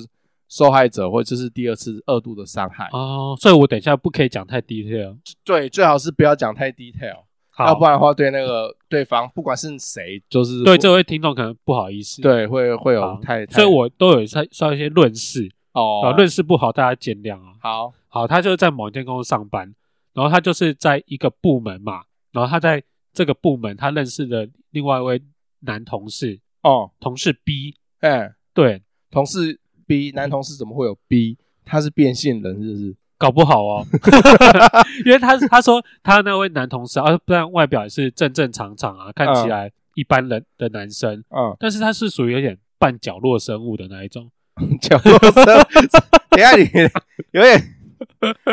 Speaker 2: 受害者或者是第二次二度的伤害。
Speaker 1: 哦，所以我等一下不可以讲太 detail，
Speaker 2: 对，最好是不要讲太 detail，
Speaker 1: 好，
Speaker 2: 要不然的话对那个对方不管是谁，就是
Speaker 1: 对这位听众可能不好意思，
Speaker 2: 对会会有
Speaker 1: 好
Speaker 2: 太，
Speaker 1: 所以
Speaker 2: 太
Speaker 1: 我都有稍稍微一些论事啊，
Speaker 2: 哦
Speaker 1: 论事不好大家见谅啊。
Speaker 2: 好
Speaker 1: 好，他就是在某一间公司上班，然后他就是在一个部门嘛，然后他在这个部门他认识了另外一位男同事，
Speaker 2: 哦，
Speaker 1: 同事 B，
Speaker 2: 哎，
Speaker 1: 对，
Speaker 2: 同事 B 男同事怎么会有 B？他是变性人是不是？
Speaker 1: 搞不好哦， 因为他他说他那位男同事啊，不然外表也是正正常常啊，看起来一般人的男生，
Speaker 2: 嗯，
Speaker 1: 但是他是属于有点半角落生物的那一种，
Speaker 2: 角落 生，等一下你有点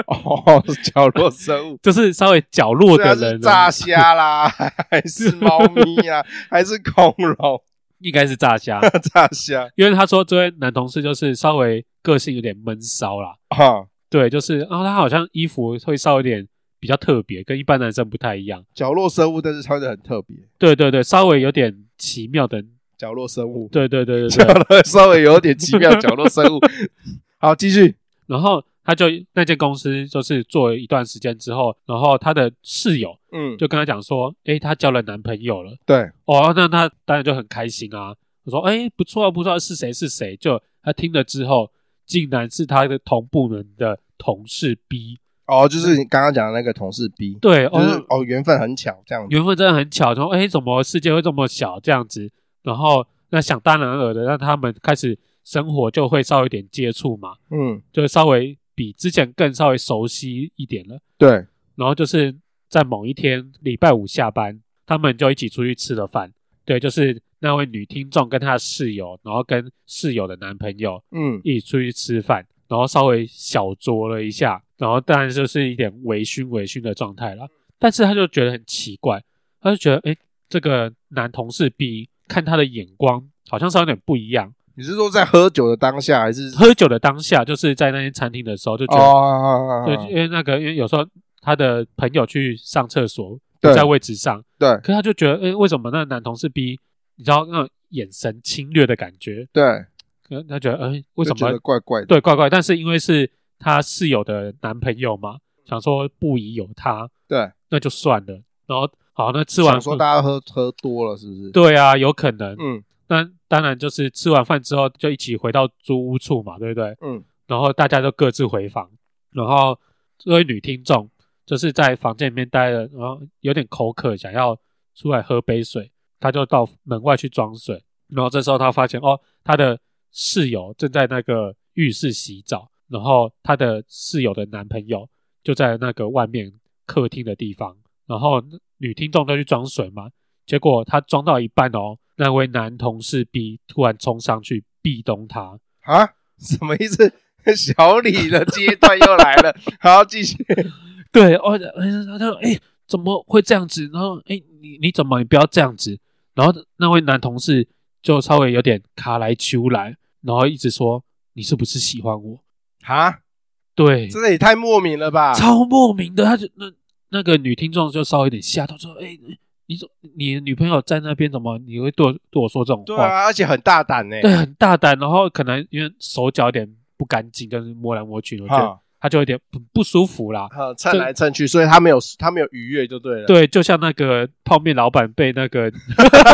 Speaker 2: 哦，角落生物。
Speaker 1: 就是稍微角落
Speaker 2: 对啊
Speaker 1: 的
Speaker 2: 是
Speaker 1: 人
Speaker 2: 炸
Speaker 1: 啊，
Speaker 2: 虾啦，还是猫咪啊，还是恐龙？啊
Speaker 1: 应该是炸虾，
Speaker 2: 炸虾
Speaker 1: 因为他说这位男同事就是稍微个性有点闷骚啦，
Speaker 2: 啊，
Speaker 1: 对，就是啊，他好像衣服会稍微有点比较特别，跟一般男生不太一样，
Speaker 2: 角落生物，但是穿的很特别。
Speaker 1: 对对对，稍微有点奇妙的，
Speaker 2: 角落生物，
Speaker 1: 对对对对
Speaker 2: 角
Speaker 1: 对，
Speaker 2: 落稍微有点奇妙，角落生 物。好，继续。
Speaker 1: 然后他就那间公司就是做了一段时间之后，然后他的室友
Speaker 2: 嗯，
Speaker 1: 就跟他讲说，诶，她交了男朋友了。
Speaker 2: 对，
Speaker 1: 哦，那他当然就很开心啊。我说，诶，不错啊，不错啊，是谁是谁？就他听了之后，竟然是他的同部门的同事 B。
Speaker 2: 哦，就是你刚刚讲的那个同事 B，
Speaker 1: 对，
Speaker 2: 就是
Speaker 1: 哦，
Speaker 2: 哦，缘分很巧，这样子。
Speaker 1: 缘分真的很巧，说，诶，怎么世界会这么小这样子？然后那想当然尔的，让他们开始生活就会稍微有点接触嘛，
Speaker 2: 嗯，
Speaker 1: 就稍微比之前更稍微熟悉一点了。
Speaker 2: 对，
Speaker 1: 然后就是在某一天礼拜五下班，他们就一起出去吃了饭。对，就是那位女听众跟她的室友，然后跟室友的男朋友
Speaker 2: 嗯，
Speaker 1: 一起出去吃饭，然后稍微小酌了一下，然后当然就是一点微醺微醺的状态了。但是他就觉得很奇怪，他就觉得诶，这个男同事 B 看他的眼光好像是有点不一样。
Speaker 2: 你是说在喝酒的当下，还是
Speaker 1: 喝酒的当下，就是在那间餐厅的时候，就觉得
Speaker 2: 哦，
Speaker 1: 对，因为那个，因为有时候他的朋友去上厕所，
Speaker 2: 对
Speaker 1: 不在位置上，
Speaker 2: 对
Speaker 1: 可是他就觉得，哎、为什么那个男同事 B，你知道那种眼神侵略的感觉，
Speaker 2: 对，
Speaker 1: 可能他觉得，哎、为什
Speaker 2: 就觉
Speaker 1: 么
Speaker 2: 得怪怪的？
Speaker 1: 对怪怪？但是因为是他室友的男朋友嘛，想说不宜有他，
Speaker 2: 对，
Speaker 1: 那就算了。然后好，那吃
Speaker 2: 想
Speaker 1: 完
Speaker 2: 说
Speaker 1: 饭
Speaker 2: 大家喝喝多了是不是？，
Speaker 1: 啊对啊，有可能。
Speaker 2: 嗯
Speaker 1: 那当然就是吃完饭之后就一起回到租屋处嘛，对不对？
Speaker 2: 嗯，
Speaker 1: 然后大家都各自回房，然后这位女听众就是在房间里面待了，然后有点口渴，想要出来喝杯水，她就到门外去装水，然后这时候她发现哦，她的室友正在那个浴室洗澡，然后她的室友的男朋友就在那个外面客厅的地方，然后女听众就去装水嘛，结果她装到一半哦，那位男同事 B 突然冲上去壁咚她。
Speaker 2: 啊，什么意思？小李的阶段又来了，好，继续。
Speaker 1: 对，哦，他说哎、怎么会这样子？然后哎、你你怎么你不要这样子？然后那位男同事就稍微有点卡来秋来，然后一直说你是不是喜欢我？
Speaker 2: 哈，
Speaker 1: 对，
Speaker 2: 这也太莫名了吧？
Speaker 1: 超莫名的，他就那那个女听众就稍微有点吓到，说：“哎、你怎你的女朋友在那边怎么你会对我对我说这种
Speaker 2: 对
Speaker 1: 话？
Speaker 2: 啊，而且很大胆呢、
Speaker 1: 哦对很大胆，然后可能因为手脚有点不干净，就是摸来摸去，我觉得
Speaker 2: 哈，
Speaker 1: 他就有点不不舒服啦。
Speaker 2: 哈，蹭来蹭去，所以他没有他没有愉悦就对了，
Speaker 1: 对，就像那个泡面老板被那个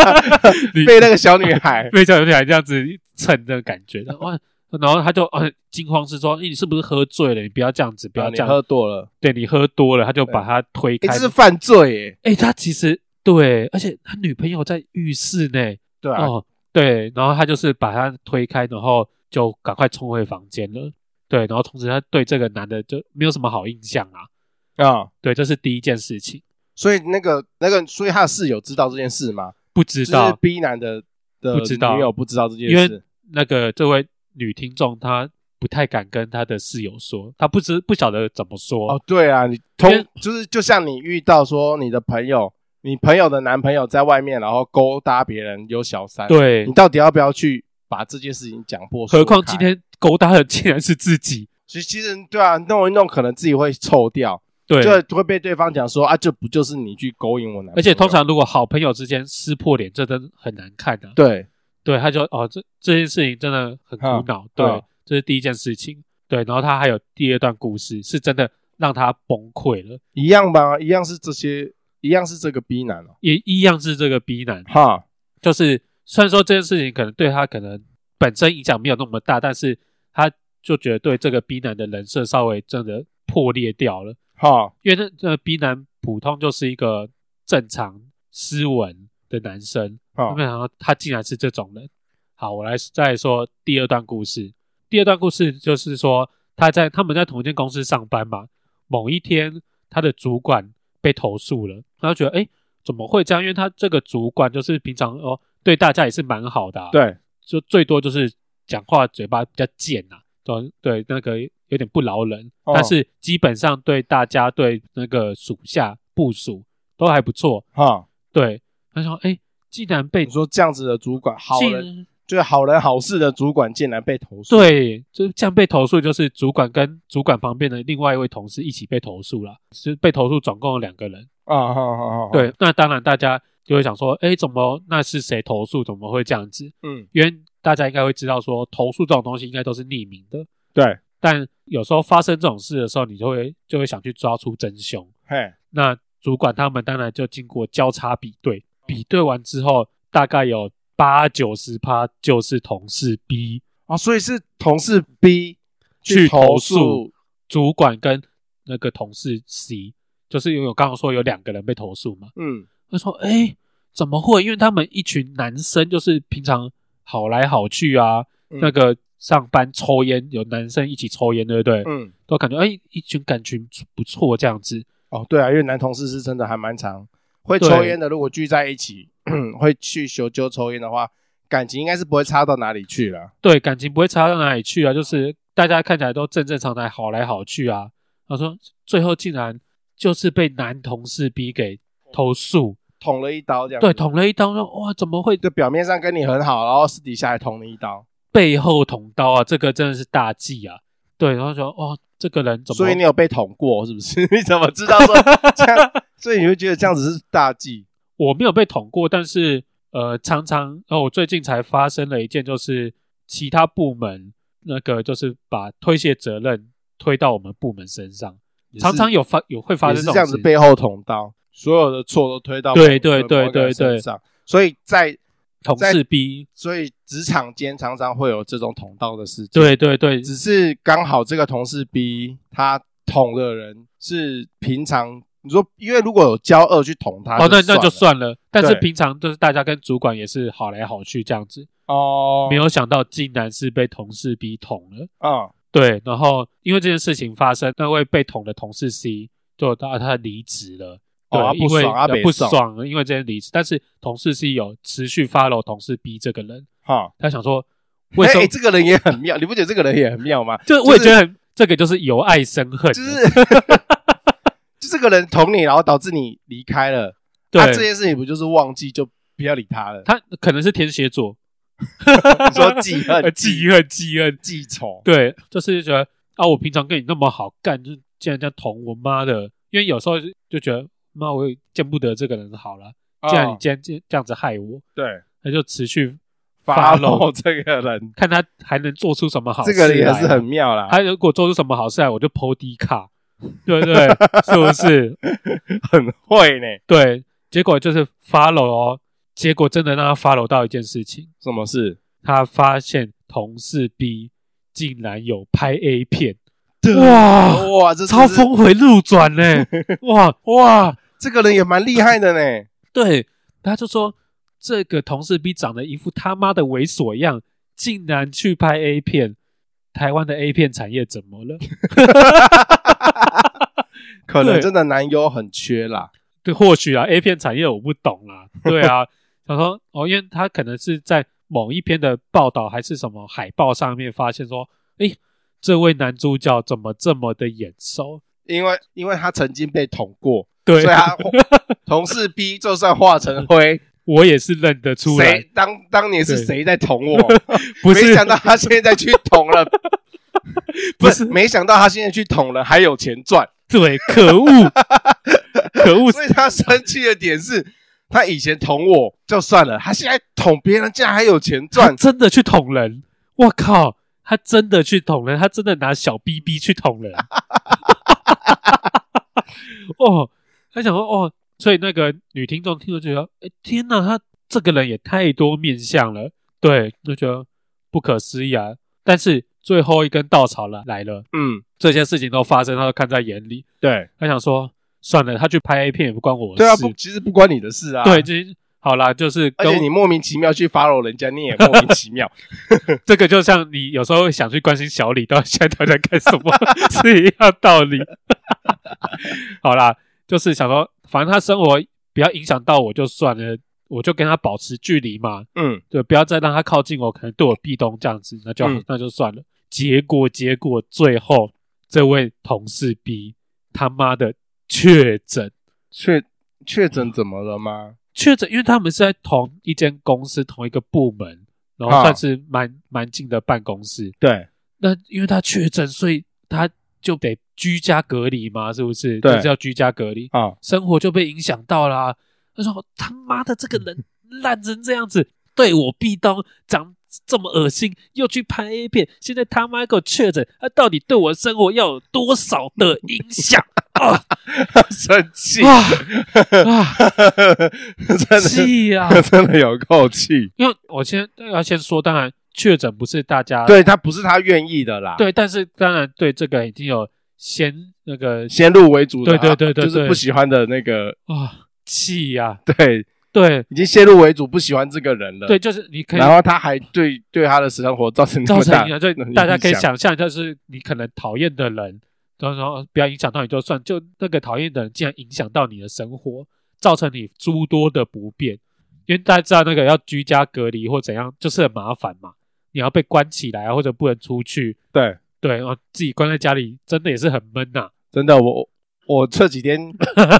Speaker 1: 女
Speaker 2: 被那个小女孩
Speaker 1: 被小女孩这样子蹭的感觉，然后然后他就呃惊慌失措，哎、你是不是喝醉了？你不要这样子，不
Speaker 2: 啊
Speaker 1: 要
Speaker 2: 你
Speaker 1: 这样，
Speaker 2: 喝多了，
Speaker 1: 对你喝多了，他就把他推
Speaker 2: 哎、
Speaker 1: 开。
Speaker 2: 这是犯罪耶、
Speaker 1: 哎、他其实对，而且他女朋友在浴室呢。
Speaker 2: 对啊，
Speaker 1: 哦，对，然后他就是把他推开，然后就赶快冲回房间了。对，然后同时他对这个男的就没有什么好印象啊。
Speaker 2: 啊，
Speaker 1: 对，这是第一件事情，
Speaker 2: 所以那个那个，所以他的室友知道这件事吗？
Speaker 1: 不知
Speaker 2: 就是
Speaker 1: 道，
Speaker 2: B 男的的
Speaker 1: 不知道
Speaker 2: 女友不知道这件
Speaker 1: 因为
Speaker 2: 事，
Speaker 1: 那个这位女听众她不太敢跟她的室友说，她不知不晓得怎么说。
Speaker 2: 哦，对啊，你通
Speaker 1: 因为
Speaker 2: 就是就像你遇到说你的朋友，你朋友的男朋友在外面，然后勾搭别人有小三，，
Speaker 1: 对
Speaker 2: 你，到底要不要去把这件事情讲破？
Speaker 1: 何
Speaker 2: 说
Speaker 1: 况
Speaker 2: 开
Speaker 1: 今，天勾搭的竟然是自己。
Speaker 2: 其实其实对啊，弄一弄可能自己会臭掉，
Speaker 1: 对，
Speaker 2: 就会被对方讲说啊，这不就是你去勾引我男朋友？
Speaker 1: 而且通常如果好朋友之间撕破脸，这真的很难看的、
Speaker 2: 对
Speaker 1: 对，他就哦，这这件事情真的很苦
Speaker 2: 嗯
Speaker 1: 恼。对
Speaker 2: 嗯，
Speaker 1: 这是第一件事情。对，然后他还有第二段故事，是真的让他崩溃了，
Speaker 2: 一样吧，一样是这些，一样是这个 B 男哦，
Speaker 1: 也一样是这个 B 男，
Speaker 2: 哈，
Speaker 1: 就是虽然说这件事情可能对他可能本身影响没有那么大，但是他就觉得对这个 B 男的人设稍微真的破裂掉了，
Speaker 2: 哈，
Speaker 1: 因为那那个 B 男普通就是一个正常斯文的男生，
Speaker 2: 哈
Speaker 1: 没想到他竟然是这种人。好，我来再说第二段故事。第二段故事就是说，他在他们在同一间公司上班嘛。某一天，他的主管被投诉了，他就觉得，哎，怎么会这样？因为他这个主管就是平常哦，对大家也是蛮好的、啊，，
Speaker 2: 对，
Speaker 1: 就最多就是讲话嘴巴比较贱呐、对对，那个有点不饶人，
Speaker 2: 哦
Speaker 1: 但是基本上对大家对那个属下部署都还不错。
Speaker 2: 哈。
Speaker 1: 对，他说，哎，既然被
Speaker 2: 你说这样子的主管，好
Speaker 1: 竟
Speaker 2: 人就是好人好事的主管，竟然被投诉，，
Speaker 1: 对，就是这样被投诉，就是主管跟主管旁边的另外一位同事一起被投诉了，是被投诉总共有两个人。
Speaker 2: 啊，好好好，，
Speaker 1: 对，那当然大家就会想说，哎，怎么那是谁投诉？怎么会这样子？
Speaker 2: 嗯，
Speaker 1: 因为大家应该会知道说，投诉这种东西应该都是匿名的，
Speaker 2: 对，
Speaker 1: 但有时候发生这种事的时候，你就会就会想去抓出真凶。
Speaker 2: 嘿，
Speaker 1: 那主管他们当然就经过交叉比对，比对完之后，大概有八九十趴就是同事 B
Speaker 2: 啊，所以是同事 B
Speaker 1: 去投
Speaker 2: 投
Speaker 1: 诉，主管跟那个同事 C，就是因为我刚刚说有两个人被投诉嘛，
Speaker 2: 嗯，
Speaker 1: 他说：“哎，怎么会？因为他们一群男生就是平常好来好去啊，
Speaker 2: 嗯
Speaker 1: 那个上班抽烟，有男生一起抽烟，对不对？
Speaker 2: 嗯，
Speaker 1: 都感觉哎，一群感情不错这样子。
Speaker 2: 哦，对啊，因为男同事是真的还蛮长，会
Speaker 1: 对
Speaker 2: 抽烟的，如果聚在一起， 会去修究抽烟的话，感情应该是不会差到哪里去了，
Speaker 1: 对，感情不会差到哪里去啊，就是大家看起来都正正常常，好来好去啊。他说，最后竟然就是被男同事逼给投诉，
Speaker 2: 捅了一刀这样，
Speaker 1: 对，，捅了一刀说，哇，怎么会
Speaker 2: 就表面上跟你很好，然后私底下还捅你一刀，
Speaker 1: 背后捅刀啊？这个真的是大忌啊！对，然后说，哦，这个人怎么？
Speaker 2: 所以你有被捅过是不是？ 你怎么知道 说这样？所以你会觉得这样子是大忌？
Speaker 1: 我没有被捅过，但是呃，常常哦，我最近才发生了一件，就是其他部门那个就是把推卸责任推到我们部门身上，
Speaker 2: 也是
Speaker 1: 常常有发有会发
Speaker 2: 也
Speaker 1: 生
Speaker 2: 是
Speaker 1: 这种
Speaker 2: 这样
Speaker 1: 事
Speaker 2: 子。背后捅刀，所有的错都推到
Speaker 1: 对
Speaker 2: 某个
Speaker 1: 对对
Speaker 2: 某个人
Speaker 1: 对对
Speaker 2: 身上，所以在
Speaker 1: 同
Speaker 2: 在
Speaker 1: 事逼，
Speaker 2: 所以职场间常常会有这种捅刀的事情，，
Speaker 1: 对对对
Speaker 2: 只是刚好这个同事 B 他捅的人是平常你说，因为如果有骄傲去捅他，
Speaker 1: 哦，那那
Speaker 2: 啊了
Speaker 1: 就算了。但是
Speaker 2: 对
Speaker 1: 平常就是大家跟主管也是好来好去这样子，
Speaker 2: 哦，
Speaker 1: 没有想到竟然是被同事逼捅了。
Speaker 2: 嗯，
Speaker 1: 对，然后因为这件事情发生，那位被捅的同事 C 就他他离职了，对，
Speaker 2: 哦他
Speaker 1: 因
Speaker 2: 不
Speaker 1: 为
Speaker 2: 爽他
Speaker 1: 呃
Speaker 2: 北
Speaker 1: 不
Speaker 2: 宋
Speaker 1: 爽，因为这件离职。但是同事 C 有持续 follow 同事 B 这个人，
Speaker 2: 哈，
Speaker 1: 他想说为什
Speaker 2: 哎
Speaker 1: 么？
Speaker 2: 哎这个人也很妙，你不觉得这个人也很妙吗？
Speaker 1: 就我也
Speaker 2: 就是
Speaker 1: 觉
Speaker 2: 啊
Speaker 1: 得很这个就是由爱生恨，
Speaker 2: 就是这个人捅你，然后导致你离开了，啊
Speaker 1: 对，
Speaker 2: 那这件事情不就是忘记就不要理他了？
Speaker 1: 他可能是天蝎座，
Speaker 2: 你说 记恨
Speaker 1: 呃记恨记恨，
Speaker 2: 记仇，
Speaker 1: 对，就是觉得啊，我平常跟你那么好干，就竟然这样捅我妈的，因为有时候就觉得妈，我也见不得这个人好了，既然你
Speaker 2: 哦
Speaker 1: 今天这这样子害我，
Speaker 2: 对
Speaker 1: 那就持续
Speaker 2: follow 这个人，
Speaker 1: 看他还能做出什么好事
Speaker 2: 这
Speaker 1: 来。
Speaker 2: 个也是很妙啦，
Speaker 1: 他如果做出什么好事来，我就 PO 低卡，对不对？ 是不是？
Speaker 2: 很会呢。
Speaker 1: 对，结果就是 follow 哦，结果真的让他 follow 到一件事情，
Speaker 2: 什么事？
Speaker 1: 他发现同事 B 竟然有拍 A 片，哇
Speaker 2: 哇哇，这
Speaker 1: 超
Speaker 2: 疯。
Speaker 1: 峰回路转呢、 哇哇，
Speaker 2: 这个人也蛮厉害的呢。
Speaker 1: 对，他就说这个同事 B 长得一副他妈的猥琐样，竟然去拍 A 片，台湾的 A 片产业怎么了？
Speaker 2: 可能
Speaker 1: 对
Speaker 2: 真的男优很缺啦，
Speaker 1: 对，或许啊，A 片产业我不懂啦，对啊，想说哦，因为他可能是在某一篇的报道还是什么海报上面发现说，诶，这位男主角怎么这么的眼熟？
Speaker 2: 因为因为他曾经被捅 过，
Speaker 1: 对
Speaker 2: 所以，他同事 B 就算化成 灰，
Speaker 1: 我也是认得出来
Speaker 2: 谁，当当年是
Speaker 1: 对
Speaker 2: 谁在捅 我？
Speaker 1: 不是
Speaker 2: 没想到他现在去捅 了，
Speaker 1: 不是
Speaker 2: 没想到他现在去捅了还有钱赚，
Speaker 1: 对， 可恶，可恶，
Speaker 2: 所以他生气的点是。他以前捅我就算了，他现在捅别人，竟然还有钱
Speaker 1: 他
Speaker 2: 赚，
Speaker 1: 真的去捅人，我靠，他真的去捅人，他真的拿小 BB 去捅人， 哦，他想说哦，所以那个女听众听了就觉得，诶天哪，他这个人也太多面相了，对，就觉得不可思议啊。但是最后一根稻草了来了，
Speaker 2: 嗯，
Speaker 1: 这些事情都发生，他都看在眼里，
Speaker 2: 对，
Speaker 1: 他想说算了，他去拍 A 片也不关我的
Speaker 2: 对啊，
Speaker 1: 事，
Speaker 2: 不，其实不关你的事啊，
Speaker 1: 对，就是好啦，就是
Speaker 2: 而
Speaker 1: 跟
Speaker 2: 且你莫名其妙去 follow 人家，你也莫名其 妙，
Speaker 1: 这个就像你有时候会想去关心小李到底现在到底在干 什么是一样道理。 好啦，就是想说，反正他生活不要影响到我就算了，我就跟他保持距离嘛，
Speaker 2: 嗯，
Speaker 1: 对，不要再让他靠近我，可能对我壁咚这样子，那就、
Speaker 2: 嗯
Speaker 1: 那就算了。结果结果最后这位同事 B 他妈的确诊，
Speaker 2: 确确诊怎么了吗？
Speaker 1: 确诊，因为他们是在同一间公司同一个部门，然后
Speaker 2: 啊
Speaker 1: 算是蛮蛮近的办公室，
Speaker 2: 对，
Speaker 1: 那因为他确诊，所以他就得居家隔离嘛，是不是？
Speaker 2: 对
Speaker 1: 就是要居家隔离，
Speaker 2: 啊，
Speaker 1: 生活就被影响到啦、他说：“哦他妈的，这个
Speaker 2: 嗯
Speaker 1: 人烂成这样子，对我壁咚，长这么恶心，又去拍 A 片，现在他妈给我确诊，他到底对我生活要有多少的影 响啊？
Speaker 2: 生气，
Speaker 1: 啊，
Speaker 2: 真的
Speaker 1: 气啊！
Speaker 2: 真的有够气。
Speaker 1: 因为我先要先说，当然确诊不是大家
Speaker 2: 对他不是他愿意的啦，，
Speaker 1: 啊对，但是当然对这个已经有先那个
Speaker 2: 先入为主的啊，
Speaker 1: 对对对对
Speaker 2: 就是
Speaker 1: 对
Speaker 2: 不喜欢的那个，
Speaker 1: 啊，气呀、
Speaker 2: 对，
Speaker 1: 对
Speaker 2: 已经先入为主不喜欢这个人了，
Speaker 1: 对，，就是你可以
Speaker 2: 然后他还对对他的生活造成那
Speaker 1: 造
Speaker 2: 么
Speaker 1: 成
Speaker 2: 大
Speaker 1: 影响，就
Speaker 2: 那么
Speaker 1: 大家可以
Speaker 2: 影响，
Speaker 1: 想象，就是你可能讨厌的人，然后说不要影响到你就算，就那个讨厌的人竟然影响到你的生活，造成你诸多的不便。因为大家知道那个要居家隔离或怎样，就是很麻烦嘛，你要被关起来啊或者不能出去，
Speaker 2: 对，
Speaker 1: 对，然后自己关在家里真的也是很闷呐、
Speaker 2: 真的我。我这几天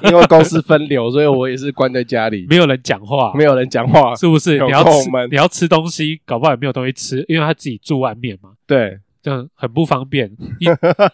Speaker 2: 因为公司分流，所以我也是关在 家里，
Speaker 1: 没有人讲话，
Speaker 2: 没有人讲话。
Speaker 1: 是不是？
Speaker 2: 有
Speaker 1: 你要
Speaker 2: 够
Speaker 1: 吃
Speaker 2: 闷
Speaker 1: 你要吃东西，搞不好也没有东西吃，因为他自己住外面嘛。
Speaker 2: 对，
Speaker 1: 这样很不方便。一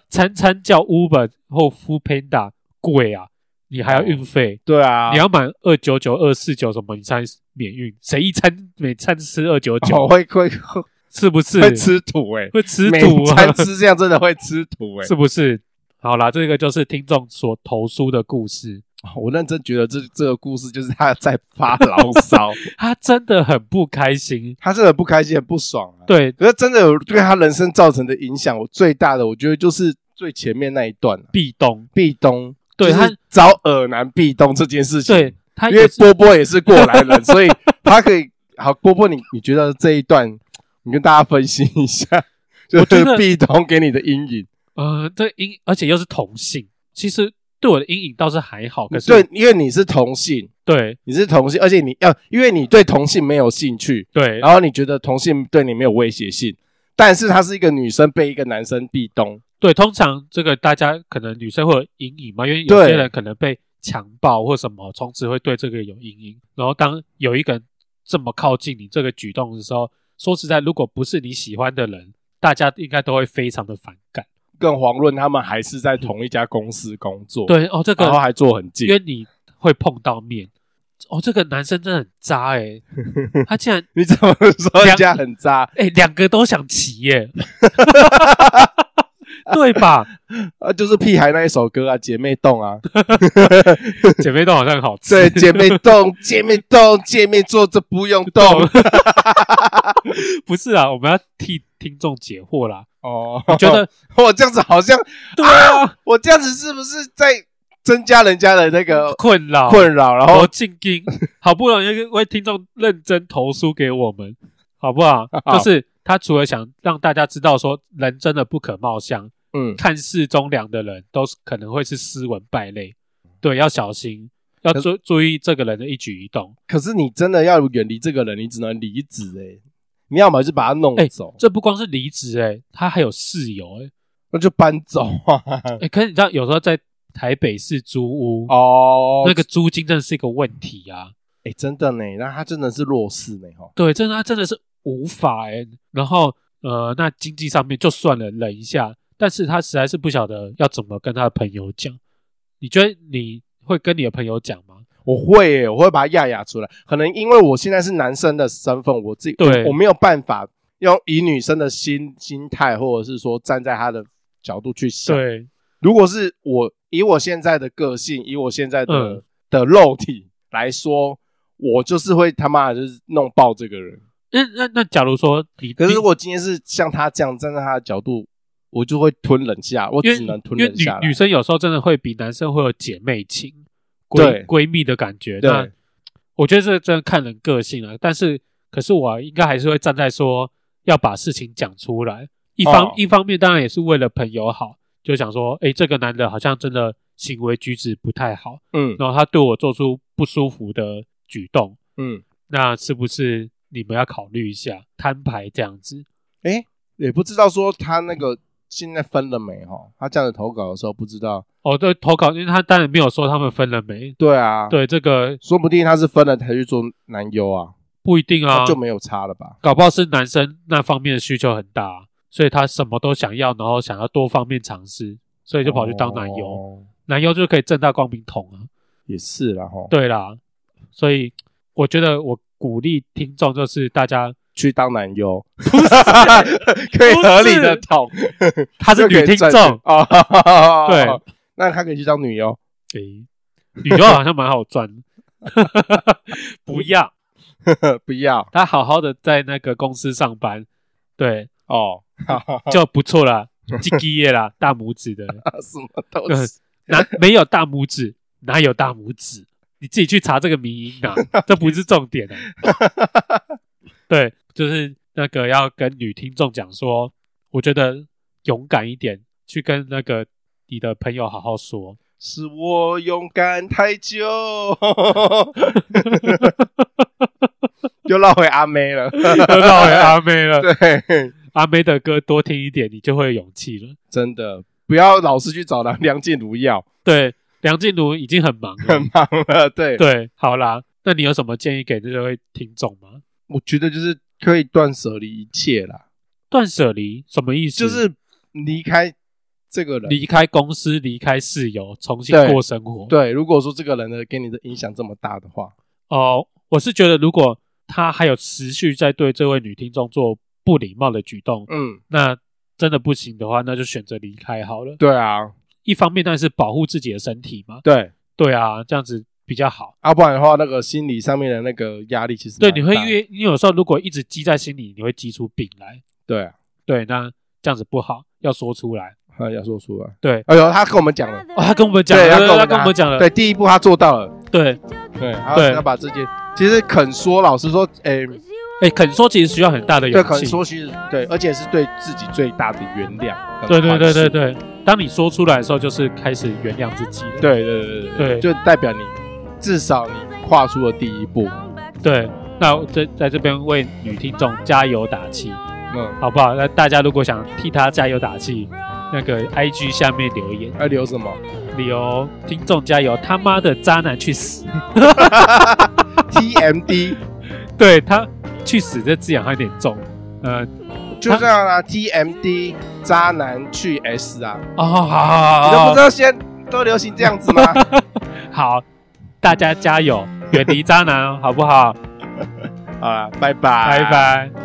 Speaker 1: 餐餐叫 Uber 或 Food Panda 贵啊，你还要运费，
Speaker 2: 对啊，
Speaker 1: 你要满二九九、二四九什么，你才免运。谁一餐每餐吃二九
Speaker 2: 我
Speaker 1: 九？
Speaker 2: 哦会会会
Speaker 1: 是不是？
Speaker 2: 吃土哎，
Speaker 1: 会吃
Speaker 2: 每
Speaker 1: 土啊
Speaker 2: 餐？吃这样真的会吃土 哎
Speaker 1: 是。不是？好啦，这个就是听众所投诉的故事，
Speaker 2: 我认真觉得这这个故事就是他在发牢 骚，
Speaker 1: 他真的很不开心。
Speaker 2: 他真的不开心、很不爽啊。，
Speaker 1: 对，
Speaker 2: 可是真的有对他人生造成的影响，我最大的我觉得就是最前面那一段、啊、
Speaker 1: 壁咚，
Speaker 2: 壁咚，
Speaker 1: 对
Speaker 2: 就是
Speaker 1: 他
Speaker 2: 找耳男壁咚这件事情。
Speaker 1: 对，他
Speaker 2: 因为
Speaker 1: 也是
Speaker 2: 波波也是过来 人，所以他可以好，波波你你觉得这一段，你跟大家分析 一下，就
Speaker 1: 我觉
Speaker 2: 是
Speaker 1: 得
Speaker 2: 壁咚给你的阴影。
Speaker 1: 呃，这阴，而且又是同性，其实对我的阴影倒是还好。可是
Speaker 2: 对，因为你是同性，
Speaker 1: 对
Speaker 2: 你是同性，而且你要、因为你对同性没有兴趣，
Speaker 1: 对，
Speaker 2: 然后你觉得同性对你没有威胁性，但是她是一个女生被一个男生壁咚，
Speaker 1: 对，通常这个大家可能女生会有阴影嘛，因为有些
Speaker 2: 对
Speaker 1: 人可能被强暴或什么，从此会对这个有阴影。然后当有一个人这么靠近你这个举动的时候，说实在，如果不是你喜欢的人，大家应该都会非常的反感。
Speaker 2: 更遑论他们还是在同一家公司工作，，
Speaker 1: 对哦，这个
Speaker 2: 然后还坐很近
Speaker 1: 因，为你会碰到面。哦，这个男生真的很渣哎、 他竟然
Speaker 2: 你怎么说人家很渣？
Speaker 1: 哎两、个都想骑 耶、对吧？
Speaker 2: 啊，就是屁孩那一首歌啊，姐妹洞 啊，
Speaker 1: 姐妹都好像很好吃，
Speaker 2: 对，姐妹洞，姐妹洞，姐妹坐着不用 动。
Speaker 1: 不是啊，我们要替听众解惑啦。
Speaker 2: 哦，
Speaker 1: 我觉 得
Speaker 2: 我这样子好像，
Speaker 1: 对啊，
Speaker 2: 我这样子是不是在增加人家的那 个
Speaker 1: 困扰，
Speaker 2: 困扰？然
Speaker 1: 我
Speaker 2: 后
Speaker 1: 进京，好不容易一位听众认真投书给我们，好不好？
Speaker 2: 好
Speaker 1: 就是他除了想让大家知道说人真的不可貌相，
Speaker 2: 嗯，
Speaker 1: 看似忠良的人都是可能会是斯文败类，对，要小心，要
Speaker 2: 可
Speaker 1: 注注意这个人的一举一动。
Speaker 2: 可是你真的要远离这个人，你只能离职哎。你要么就把他弄
Speaker 1: 哎
Speaker 2: 走，
Speaker 1: 这不光是离职诶，他还有室友诶、
Speaker 2: 那就搬走啊。
Speaker 1: 欸可是你知道有时候在台北市租屋，
Speaker 2: 哦，
Speaker 1: 那个租金真的是一个问题啊。
Speaker 2: 哎，真的呢，那他真的是弱势呢哈。
Speaker 1: 对，真的他真的是无法哎、然后呃，那经济上面就算了，忍一下，但是他实在是不晓得要怎么跟他的朋友讲。你觉得你会跟你的朋友讲吗？
Speaker 2: 我会耶，我会把它压压出来。可能因为我现在是男生的身份，我自己
Speaker 1: 对
Speaker 2: 我没有办法用以女生的心心态，或者是说站在她的角度去想。，
Speaker 1: 对，
Speaker 2: 如果是我以我现在的个性，以我现在的、
Speaker 1: 嗯
Speaker 2: 的肉体来说，我就是会他妈的就是弄爆这个人。
Speaker 1: 那那那，假如说你，
Speaker 2: 可是如果今天是像他这样站在他的角度，我就会吞忍下，我
Speaker 1: 因为
Speaker 2: 只能吞
Speaker 1: 因为
Speaker 2: 忍
Speaker 1: 女
Speaker 2: 下来。
Speaker 1: 女生有时候真的会比男生会有姐妹情、闺
Speaker 2: 对
Speaker 1: 闺蜜的感觉。
Speaker 2: 对
Speaker 1: 那我觉得这真的看人个性了、但是，可是我应该还是会站在说要把事情讲出来。一方、
Speaker 2: 哦
Speaker 1: 一方面当然也是为了朋友好，就想说，诶，这个男的好像真的行为举止不太好，
Speaker 2: 嗯
Speaker 1: 然后他对我做出不舒服的举动，
Speaker 2: 嗯，
Speaker 1: 那是不是你们要考虑一下摊牌这样子？
Speaker 2: 嗯也不知道说他那个现在分了没哈？他这样子投稿的时候不知道。
Speaker 1: 哦，对，投稿，因为他当然没有说他们分了没。
Speaker 2: 对啊，，
Speaker 1: 对，这个
Speaker 2: 说不定他是分了才去做男优啊，
Speaker 1: 不一定啊，
Speaker 2: 那就没有差了吧？
Speaker 1: 搞不好是男生那方面的需求很大啊、所以他什么都想要，然后想要多方面尝试，所以就跑去当男优。
Speaker 2: 哦
Speaker 1: 男优就可以正大光明捅啊。
Speaker 2: 也是啦哈。，
Speaker 1: 对啦，所以我觉得我鼓励听众就是大家，
Speaker 2: 去当男优， 可以合理的捅，
Speaker 1: 她是女听
Speaker 2: 就可以赚
Speaker 1: 众
Speaker 2: 钱，哦。
Speaker 1: 对，
Speaker 2: 那他可以去当女优，
Speaker 1: 诶、女优好像蛮好赚。 不要，
Speaker 2: 不要
Speaker 1: 她好好的在那个公司上班，对，
Speaker 2: 哦，
Speaker 1: 就不错啦，鸡鸡业啦，大拇指的。
Speaker 2: 什么东西？
Speaker 1: 哪没有大拇指？哪有大拇指？你自己去查这个迷音 啊，这不是重点啊。对，就是那个要跟女听众讲说，我觉得勇敢一点，去跟那个你的朋友好好 说。
Speaker 2: 是我勇敢太久， 又绕回阿妹了。
Speaker 1: 又到回阿妹了，
Speaker 2: 对，
Speaker 1: 阿妹的歌多听一点，你就会有勇气了。
Speaker 2: 真的不要老是去找梁梁静茹要，
Speaker 1: 对，梁静茹已经很忙
Speaker 2: 很
Speaker 1: 了。
Speaker 2: 忙了。对，
Speaker 1: 对，好啦，那你有什么建议给这位听众吗？
Speaker 2: 我觉得就是可以断舍离一切啦，
Speaker 1: 断舍离什么意思？
Speaker 2: 就是离开这个人。
Speaker 1: 离开公司，离开室友，重新
Speaker 2: 对
Speaker 1: 过生活。
Speaker 2: 对，如果说这个人的给你的影响这么大的话，
Speaker 1: 哦、我是觉得如果他还有持续在对这位女听众做不礼貌的举动，
Speaker 2: 嗯，
Speaker 1: 那真的不行的话，那就选择离开好了。
Speaker 2: 对啊，
Speaker 1: 一方面当然是保护自己的身体嘛，
Speaker 2: 对，啊
Speaker 1: 对啊，这样子比较好。
Speaker 2: 要、不然的话，那个心理上面的那个压力其实
Speaker 1: 对，
Speaker 2: 蛮
Speaker 1: 你会
Speaker 2: 大
Speaker 1: 因为你有时候如果一直积在心里，你会积出病来。
Speaker 2: 对啊，
Speaker 1: 对，那这样子不好，要说出来。
Speaker 2: 啊要说出来。
Speaker 1: 对，
Speaker 2: 哎呦，他跟我们讲了，
Speaker 1: 哦，他跟我们讲了，对
Speaker 2: 对，
Speaker 1: 对
Speaker 2: 跟我
Speaker 1: 他
Speaker 2: 们
Speaker 1: 跟我们讲了，
Speaker 2: 对，第一步他做到了，
Speaker 1: 对，
Speaker 2: 对，然后
Speaker 1: 对
Speaker 2: 要把这件，其实肯说，老实说，哎、
Speaker 1: 哎，肯说其实需要很大的
Speaker 2: 对，
Speaker 1: 勇
Speaker 2: 肯
Speaker 1: 气。
Speaker 2: 说其实对，而且是对自己最大的原谅跟宽恕。
Speaker 1: 对对对对对，当你说出来的时候，就是开始原谅自己了。
Speaker 2: 对对对
Speaker 1: 对
Speaker 2: 对，就代表你至少你跨出了第一步。
Speaker 1: 对，那我在在这边为女听众加油打气，
Speaker 2: 嗯，
Speaker 1: 好不好？那大家如果想替她加油打气，那个 IG 下面留言，
Speaker 2: 要留哎什么
Speaker 1: 留听众加油，他妈的渣男去死！
Speaker 2: ？TMD
Speaker 1: 对他去死这字眼还有点重，呃，
Speaker 2: 就啊这样啦、，TMD 渣男去 S 啊，
Speaker 1: 哦，好好好
Speaker 2: 你都不
Speaker 1: 好
Speaker 2: 知道现在都流行这样子 吗？
Speaker 1: 好，好，大家加油，远离渣男，好不好？
Speaker 2: 好啦，拜拜，
Speaker 1: 拜拜。